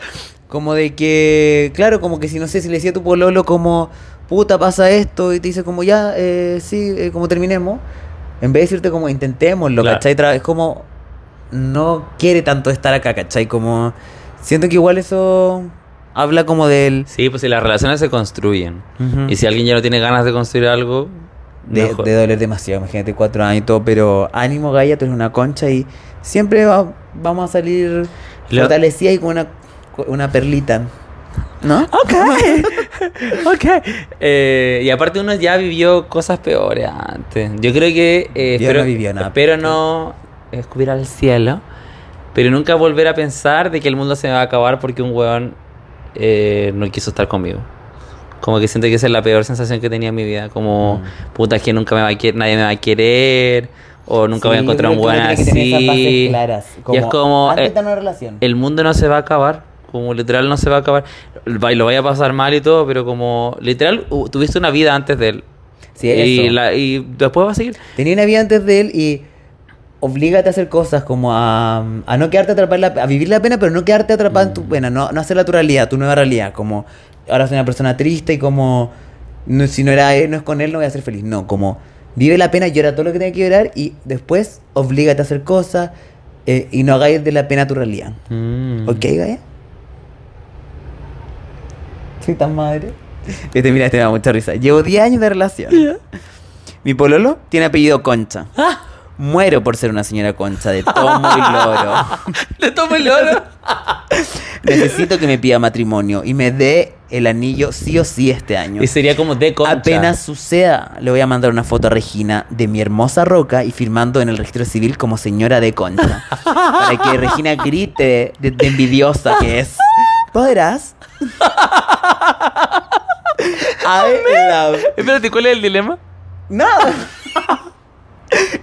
S2: Como de que, claro, como que si no sé, si le decía a tu pololo como, puta, pasa esto, y te dice como, ya, eh, sí, eh, como terminemos, en vez de decirte como, intentémoslo,
S1: Claro.
S2: ¿cachai? Tra- Es como, no quiere tanto estar acá, ¿cachai? Como, siento que igual eso habla como del...
S1: Sí, pues si las relaciones se construyen.
S2: Ujú.
S1: Y si alguien ya no tiene ganas de construir algo,
S2: de,
S1: mejor.
S2: de doler demasiado, imagínate, cuatro años y todo, pero ánimo, Gaia, tú eres una concha y siempre va- vamos a salir
S1: Lo-
S2: fortalecida y con una, con una perlita, ¿no?
S1: Ok. Eh, y aparte uno ya vivió cosas peores antes. Yo creo que... eh,
S2: Yo
S1: espero,
S2: no viví nada
S1: Espero no escupir al cielo. Pero nunca volver a pensar de que el mundo se me va a acabar porque un weón eh, no quiso estar conmigo. Como que siento que esa es la peor sensación que tenía en mi vida. Como,
S2: Mm.
S1: puta, es que nunca me va a querer, nadie me va a querer. O nunca voy a
S2: Sí, yo
S1: encontrar
S2: creo
S1: un
S2: que uno
S1: weón
S2: tiene que tener esas bases
S1: así.
S2: claras,
S1: y es como...
S2: Antes
S1: eh,
S2: de tener una relación.
S1: el mundo no se va a acabar. Como literal no se va a acabar. Va- Lo vaya a pasar mal y todo, pero como literal uh, tuviste una vida antes de él.
S2: Sí,
S1: y,
S2: eso.
S1: la- y después va a seguir.
S2: Tenía una vida antes de él y oblígate a hacer cosas como a, a no quedarte atrapada, en la- a vivir la pena, pero no quedarte atrapada en tu pena, no, no hacerla tu realidad, tu nueva realidad. Como ahora soy una persona triste y como no, si no era él, no es con él, no voy a ser feliz. No, como vive la pena, llora todo lo que tenga que llorar y después oblígate a hacer cosas eh, y no hagáis de la pena tu realidad. ¿Ok, Gaia? Soy tan madre. Este, mira, este me da mucha risa. Llevo 10 años de relación. Mi pololo tiene apellido Concha. Muero por ser una señora Concha de tomo y loro.
S1: Le tomo el oro.
S2: Necesito que me pida matrimonio y me dé el anillo sí o sí este año.
S1: y sería como de concha.
S2: Apenas suceda, le voy a mandar una foto a Regina de mi hermosa roca y firmando en el registro civil como señora de concha. para que Regina grite de, de envidiosa que es. ¿Podrás? I love.
S1: Espérate, ¿cuál es el dilema?
S2: No.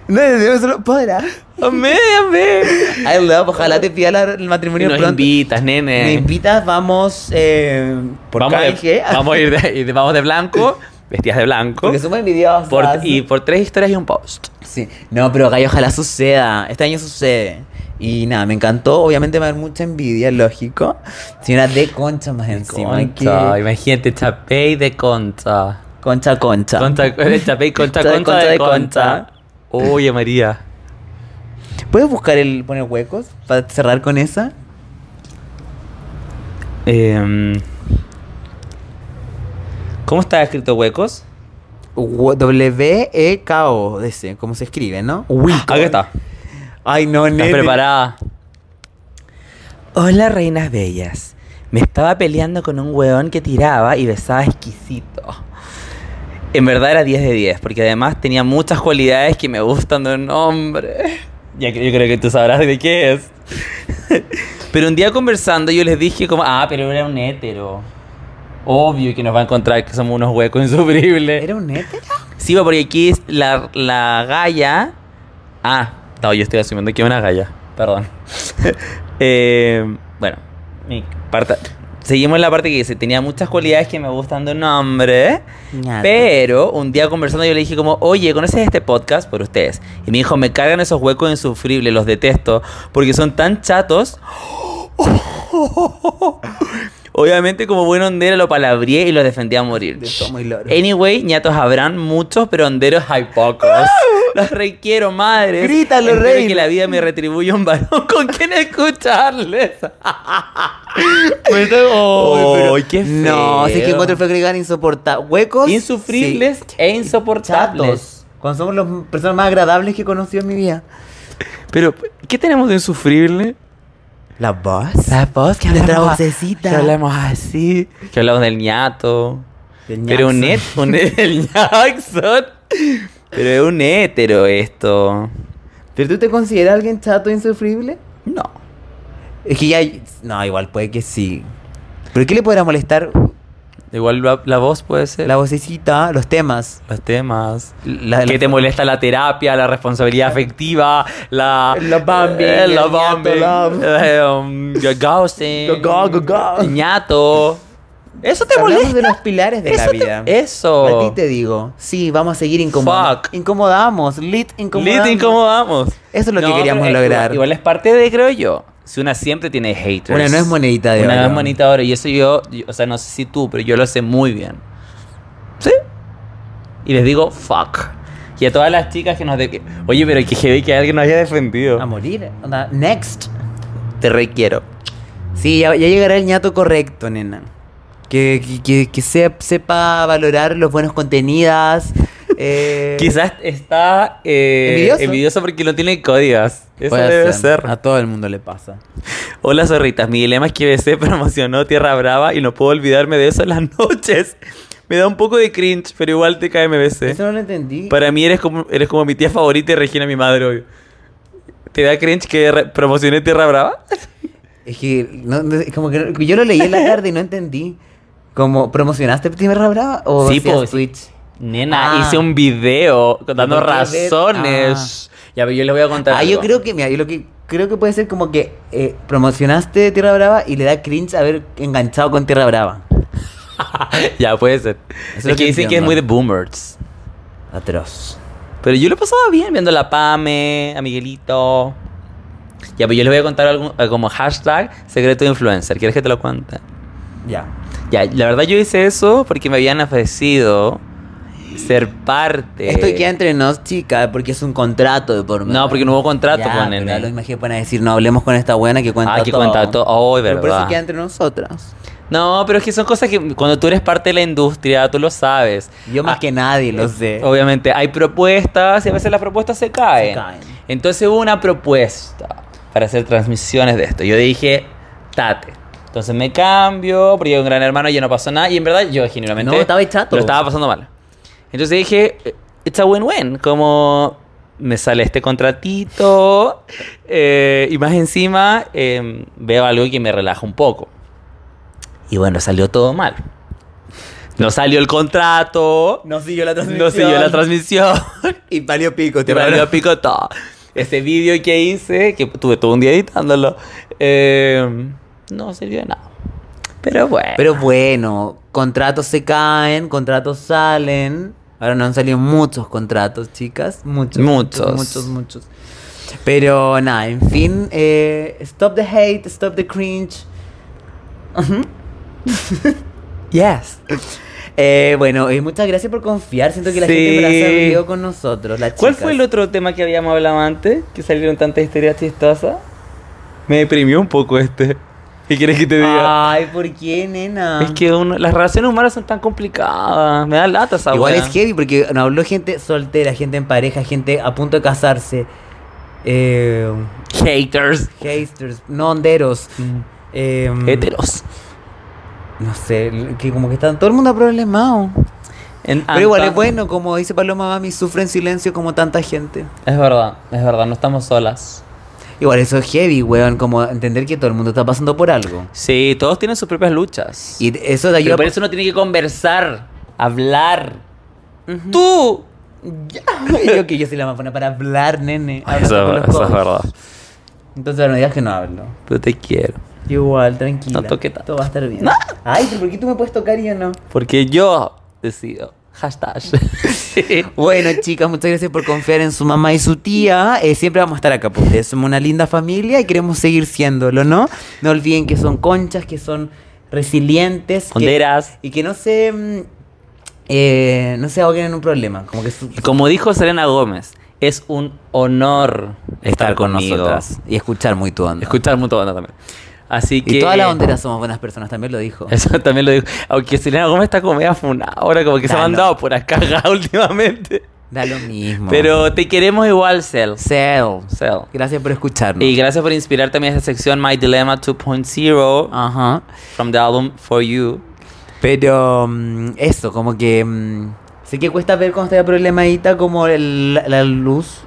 S2: No, no, no, solo podrás.
S1: Amé, amé.
S2: I love. Ojalá te pida la- el matrimonio
S1: Y nos
S2: pronto.
S1: invitas, nene.
S2: Me invitas, vamos eh, por
S1: vamos,
S2: canje.
S1: de, vamos a ir de, y de- vamos de blanco, vestidas de blanco.
S2: Porque somos envidiosas.
S1: por- y por tres historias y un post.
S2: Sí, no, pero Gallo, ojalá suceda. Este año sucede. Y nada, me encantó. Obviamente me va a dar mucha envidia, lógico. Señora de concha más encima.
S1: concha.
S2: que-
S1: Imagínate, chapey de concha.
S2: Concha, concha.
S1: Conta, el chapey, conta,
S2: Conta de
S1: conta, de
S2: conta.
S1: concha. Oye, María.
S2: ¿Puedes buscar el poner huecos para cerrar con esa?
S1: Em, ¿Cómo está escrito huecos?
S2: E W-E-K-O, ese, como se escribe, ¿no? Ah,
S1: Aquí está.
S2: Ay, no,
S1: ¿Estás
S2: nene.
S1: preparada? Hola, reinas bellas. Me estaba peleando con un hueón que tiraba y besaba exquisito. En verdad era 10 de 10, porque además tenía muchas cualidades que me gustan de un hombre. Ya que yo creo que tú sabrás de qué es. Pero un día conversando yo les dije como, ah, pero era un hétero. Obvio que nos va a encontrar que somos unos huecos insupribles.
S2: ¿Era un hétero?
S1: Sí, porque aquí es la, la galla. Ah, no, yo estoy asumiendo que es una galla. Perdón. Eh, bueno, mi parte- seguimos en la parte que dice: tenía muchas cualidades que me gustan de un hombre. Ah,
S2: Ñate.
S1: Pero un día conversando, yo le dije, como, oye, ¿conoces este podcast? Por ustedes. Y me dijo, me cargan esos huecos insufribles, los detesto, porque son tan chatos. Obviamente, como buen hondero, lo palabrié y lo defendí a morir.
S2: De tomo y loro.
S1: Anyway, ñatos habrán muchos, pero honderos hay pocos. Los requiero, madres.
S2: Grítalo,
S1: Espero
S2: reina.
S1: que la vida me retribuye un varón con quien escucharles. Me estoy-
S2: Uy, pero-
S1: Ay, qué feo.
S2: No, sé que encuentro feo agregar insoportables. Huecos.
S1: Insufribles
S2: sí.
S1: e insoportables.
S2: Chatos. Cuando somos las personas más agradables que he conocido en mi vida.
S1: Pero, ¿qué tenemos de insufrible?
S2: La voz.
S1: voz
S2: que Nuestra hablamos a- vocecita. que hablamos
S1: así. Que hablamos del ñato.
S2: Del
S1: Pero un net,
S2: ñaxo.
S1: un net- el ñaxon. Pero es un hétero esto.
S2: ¿Pero tú te consideras alguien chato e insufrible?
S1: No.
S2: Es que ya. No, igual puede que sí. ¿Pero qué le podrá molestar?
S1: Igual la, la voz puede ser.
S2: La vocecita, los temas.
S1: los temas.
S2: La-
S1: que
S2: la-
S1: te molesta la terapia, la responsabilidad afectiva, la...
S2: La Bambi,
S1: eh, la
S2: el
S1: Bambi.
S2: ñato, la-
S1: eh, um, el ghosting.
S2: Gagá, gagá.
S1: Ñato. Eso te
S2: Hablamos
S1: molesta.
S2: de los pilares de
S1: eso
S2: la
S1: te-
S2: vida.
S1: eso.
S2: A ti te digo. Sí, vamos a seguir incomodando.
S1: Fuck.
S2: Incomodamos. Lit incomodamos.
S1: Lit incomodamos.
S2: Eso es lo que queríamos
S1: pero es-
S2: lograr.
S1: Igual es parte de, creo yo. Si una siempre tiene haters.
S2: Una no es monedita de
S1: Una
S2: oro.
S1: no es monedita de oro. Y eso yo, yo- o sea, no sé si tú, pero yo lo sé muy bien. ¿Sí? Y les digo, fuck. Y a todas las chicas que nos... de- que- Oye, pero que heavy que alguien nos haya defendido.
S2: A morir. Onda, next.
S1: Te requiero.
S2: Sí, ya, ya llegará el ñato correcto, nena. Que, que, que- que se- sepa valorar los buenos contenidos. eh,
S1: Quizás está eh,
S2: Envidioso.
S1: porque no tiene códigos. Eso
S2: puede
S1: debe ser.
S2: A todo el mundo le pasa.
S1: Hola zorritas, mi dilema es que BC promocionó Tierra Brava y no puedo olvidarme de eso en las noches. Me da un poco de cringe, pero igual te cae
S2: Eso
S1: MBC.
S2: no lo entendí.
S1: Para mí eres como, eres como mi tía favorita y Regina mi madre obvio. ¿Te da cringe que re- promocioné Tierra Brava?
S2: Es que, no- no- es como que no- yo lo leí en la tarde y no entendí. Como, ¿promocionaste Primera Brava o
S1: Sí,
S2: hacías
S1: pues,
S2: Twitch?
S1: Nena,
S2: Ah.
S1: hice un video dando
S2: Pero no tiene-
S1: razones. Ya, pero yo les voy a contar
S2: Ah, yo
S1: algo.
S2: creo que, mira, yo lo que creo que puede ser como que eh, promocionaste Tierra Brava y le da cringe haber enganchado con Tierra Brava.
S1: ya, puede ser.
S2: es
S1: Es
S2: lo
S1: que dicen que
S2: que
S1: es
S2: entiendo.
S1: muy de boomers.
S2: Atroz.
S1: Pero yo lo pasaba bien viendo a la Pame, a Miguelito. Ya, pero yo les voy a contar algún, eh, como hashtag secreto de influencer. ¿Quieres que te lo cuente?
S2: Ya.
S1: Ya, la verdad yo hice eso porque me habían ofrecido ser parte.
S2: Esto queda entre nos, chica, porque es un contrato de por medio.
S1: Eh, No, porque no hubo contrato
S2: Ya,
S1: con
S2: pero
S1: nene.
S2: a lo imagino van a decir, no, hablemos con esta buena que cuenta
S1: Ah, que cuenta todo. Oh,
S2: Pero por
S1: verdad.
S2: eso queda entre nosotras.
S1: No, pero es que son cosas que cuando tú eres parte de la industria, tú lo sabes.
S2: Yo más
S1: Ah,
S2: que nadie lo sé.
S1: Obviamente, hay propuestas y a veces las propuestas se caen.
S2: caen.
S1: Entonces hubo una propuesta para hacer transmisiones de esto. Yo dije, tate. Entonces me cambio, porque un gran hermano ya no pasó nada. Y en verdad, yo genuinamente.
S2: No, estaba chato.
S1: Lo estaba pasando mal. Entonces dije, eh, it's a win-win. Como me sale este contratito. eh, y más encima, eh, veo algo que me relaja un poco. Y bueno, salió todo mal. No salió el contrato.
S2: No siguió la
S1: No siguió la transmisión.
S2: Y valió pico,
S1: Te
S2: te
S1: valió pico todo. Ese vídeo que hice, que tuve todo un día editándolo, eh, no sirvió de nada. Pero bueno.
S2: Pero bueno, contratos se caen, contratos salen. Ahora no han salido muchos contratos, chicas. Muchos.
S1: Muchos.
S2: Muchos, muchos. Pero nada, en fin. eh, stop the hate, stop the cringe.
S1: yes.
S2: Eh, bueno, y muchas gracias por confiar. Siento que la
S1: Sí.
S2: gente en verdad se rió con nosotros. las
S1: ¿Cuál
S2: chicas.
S1: fue el otro tema que habíamos hablado antes? Que salieron tantas historias chistosas. Me deprimió un poco este. ¿Qué quieres que te diga?
S2: Ay, ¿por qué, nena?
S1: Ah, es que uno- las relaciones humanas son tan complicadas. Me da lata esa
S2: Igual
S1: wea.
S2: es heavy porque nos habló gente soltera, gente en pareja, gente a punto de casarse. Eh,
S1: Haters.
S2: haters, no honderos.
S1: Mm.
S2: eh,
S1: Heteros.
S2: No sé, que como que están todo el mundo problemado.
S1: En
S2: Pero igual
S1: Anta.
S2: es bueno, como dice Paloma Mami, sufre en silencio como tanta gente.
S1: Es verdad, es verdad, no estamos solas.
S2: Igual eso es heavy, weón, como entender que todo el mundo está pasando por algo.
S1: Sí, todos tienen sus propias luchas.
S2: Y eso
S1: Pero
S2: te ayuda...
S1: por eso uno tiene que conversar, hablar. ¡Tú!
S2: Ya, yo que yo soy la más buena para hablar, nene. Habla
S1: Eso-
S2: con los
S1: eso es
S2: codos.
S1: verdad.
S2: Entonces ahora no digas que no hablo.
S1: Pero te quiero.
S2: Igual, tranquila.
S1: No toque tanto.
S2: Todo va a estar bien. Ay, pero ¿por qué tú me puedes tocar y yo no?
S1: Porque yo decido. Hashtag.
S2: Bueno, chicas, muchas gracias por confiar en su mamá y su tía. Eh, siempre vamos a estar acá porque somos una linda familia y queremos seguir siéndolo, ¿no? No olviden que son conchas, que son resilientes. que-
S1: Honderas.
S2: y que no se. mm, eh, no se ahoguen en un problema. Como que su-
S1: Y Como dijo Selena Gómez, es un honor estar, con
S2: conmigo
S1: nosotras.
S2: Y escuchar muy tu onda.
S1: Escuchar mucho onda también. Así que.
S2: y todas las honderas somos buenas personas, también lo dijo.
S1: Eso también lo digo. Aunque Selena Gómez está como media funada. Ahora como que se
S2: Da,
S1: ha
S2: no.
S1: mandado por acá últimamente.
S2: Da lo mismo.
S1: Pero te queremos igual, Sel.
S2: Cel.
S1: Sel.
S2: Gracias por escucharnos.
S1: Y gracias por inspirar también esta sección My Dilemma 2.0
S2: Ajá.
S1: from the album For You.
S2: Pero mm, eso, como que... mm, sé que cuesta ver cuando está el problemadita como el- la, la luz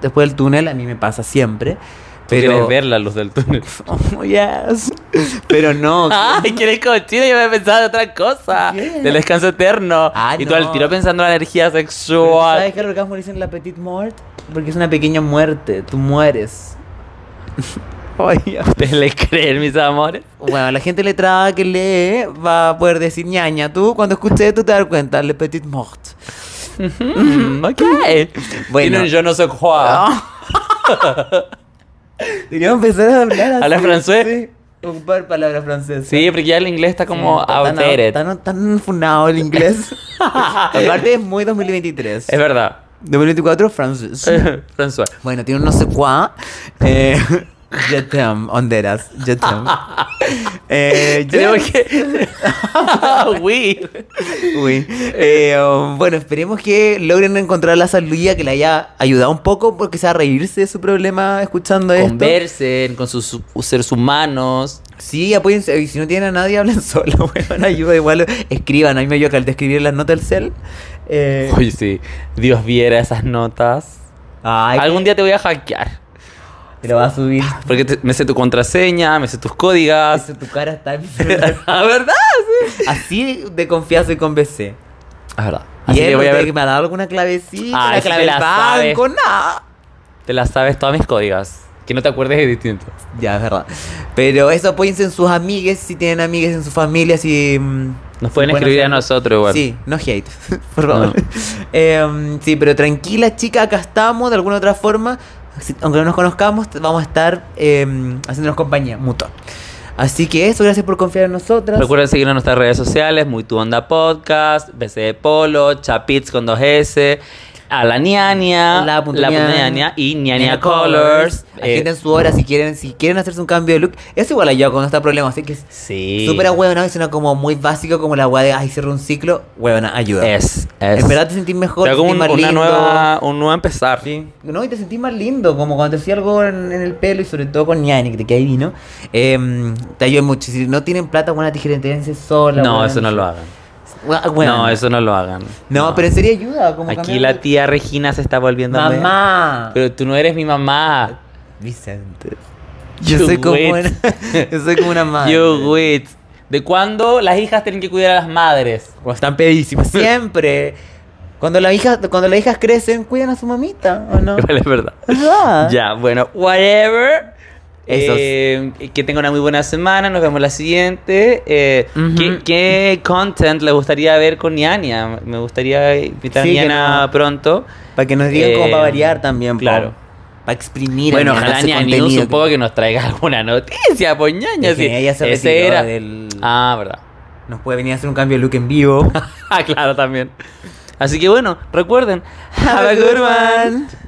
S2: después del túnel, a mí me pasa siempre.
S1: Pero...
S2: Pero...
S1: Quieres ver la luz del túnel.
S2: Oh, yes. Pero no.
S1: ¡Ay, quieres cochino! Yo me pensaba de otra cosa.
S2: ¿Qué?
S1: Del descanso eterno.
S2: Ah,
S1: y tú al
S2: no.
S1: tiro pensando en la energía
S2: Pero
S1: sexual.
S2: ¿Sabes qué el orgasmo le dicen la petite mort? Porque es una pequeña muerte, tú mueres. Ay, ya.
S1: Ustedes le creen, mis amores.
S2: bueno, la gente letrada que lee va a poder decir ñaña. Tú cuando escuches esto te das cuenta, le petite mort.
S1: Mm, ok. Tiene un yo no soy Juan.
S2: Ah, Deberíamos empezar a hablar así.
S1: ¿Hablas francés?
S2: Sí, ocupar palabras francesas.
S1: Sí, porque ya el inglés está como
S2: Sí, tan-
S1: outdated.
S2: Tan, tan funado el inglés. Aparte es muy 2023.
S1: Es verdad.
S2: 2024 francés.
S1: François.
S2: bueno, tiene un no sé cuá. Eh, je t'aime, honderas. Je t'aime. Eh,
S1: Tenemos
S2: yes.
S1: que.
S2: Ah,
S1: oui.
S2: Uy. Eh, um, bueno, esperemos que logren encontrar la salida que le haya ayudado un poco porque sea reírse de su problema escuchando esto.
S1: Conversen con sus sus seres humanos.
S2: Sí, apóyense. Y si no tienen a nadie, hablen sola, weón. Ayuda igual. Escriban. A mí me ayuda que al describir las notas del cel. Eh,
S1: Oye, sí. Dios viera esas notas.
S2: ay,
S1: Algún día te voy a hackear.
S2: te lo va a subir.
S1: Porque te- me sé tu contraseña, me sé tus códigos.
S2: Eso, tu cara está en mi celular.
S1: La verdad, sí.
S2: Así de confianza soy con BC.
S1: Es verdad.
S2: Y
S1: Así que
S2: él
S1: voy a
S2: no te-
S1: ver.
S2: me ha dado alguna clavecita,
S1: Ay,
S2: una
S1: sí
S2: clave
S1: te
S2: del
S1: la sabes.
S2: banco, nada.
S1: Te las sabes todas mis códigos. Que no te acuerdes es distinto.
S2: Ya, es verdad. Pero eso apóyense en sus amigues, si tienen amigues en sus familias, si... mm,
S1: Nos
S2: si
S1: pueden escribir a
S2: hacer-
S1: nosotros igual.
S2: Sí, no hate, por favor.
S1: No.
S2: Em, sí, pero tranquilas, chicas, acá estamos, de alguna otra forma. si- aunque no nos conozcamos, t- vamos a estar em, haciéndonos compañía mutua. Así que eso, gracias por confiar en nosotras.
S1: Recuerden seguirnos en nuestras redes sociales, Muy Tu Onda Podcast, BC de Polo, Chapitz con 2S, a la Niania,
S2: La Punto Ñaña.
S1: Ñaña y Niania
S2: Nena
S1: Colors. Eh,
S2: Agenden su hora si quieren, si quieren hacerse un cambio de look. Es igual a yo cuando está problema, así que es
S1: sí.
S2: súper huevona, suena como muy básico, como la hueá de ay, cierro un ciclo, huevona, ayuda.
S1: Es, es.
S2: En verdad te sentís mejor,
S1: Pero
S2: te
S1: como un,
S2: sentís más
S1: una
S2: lindo.
S1: nueva, un nuevo empezar.
S2: No, y te sentís más lindo, como cuando te hacía algo en, en el pelo y sobre todo con ñani, que te queda divino. Em, te ayuda mucho. Si no tienen plata, buena tijeretense sola.
S1: No,
S2: huevona.
S1: eso no lo hagan.
S2: Hue- huevona.
S1: No, eso no lo hagan.
S2: No, pero en serio ayuda. Como
S1: Aquí
S2: cambiar
S1: la
S2: de-
S1: tía Regina se está volviendo mea.
S2: Mamá.
S1: Pero tú no eres mi mamá.
S2: Vicente. Yo
S1: You
S2: soy, como
S1: wit.
S2: una, yo soy como una madre.
S1: You wit. ¿De cuándo las hijas tienen que cuidar a las madres?
S2: Cuando están pedísimas. Siempre. Cuando, la hija, cuando las hijas crecen, cuidan a su mamita, ¿o no?
S1: Igual es verdad.
S2: ¿Verdad?
S1: Ya, bueno, whatever.
S2: Eso
S1: Eh, que tengan una muy buena semana, nos vemos la siguiente. Eh,
S2: Ujú.
S1: ¿qué, qué content le gustaría ver con Niania? Me gustaría invitar
S2: Sí,
S1: a
S2: que
S1: Niana
S2: no.
S1: pronto.
S2: Para que nos digan
S1: Eh,
S2: cómo va a variar también. po.
S1: claro.
S2: Para exprimir.
S1: bueno,
S2: el-
S1: ojalá
S2: ese
S1: Niania
S2: contenido
S1: News un poco que nos traiga alguna noticia, pues ñaña.
S2: Es que
S1: sí.
S2: ella se
S1: Ese
S2: retiró
S1: era-
S2: del-
S1: Ah, verdad.
S2: Nos puede venir a hacer un cambio de look en vivo.
S1: Ah, claro, también. Así que bueno, recuerden. Have a good one.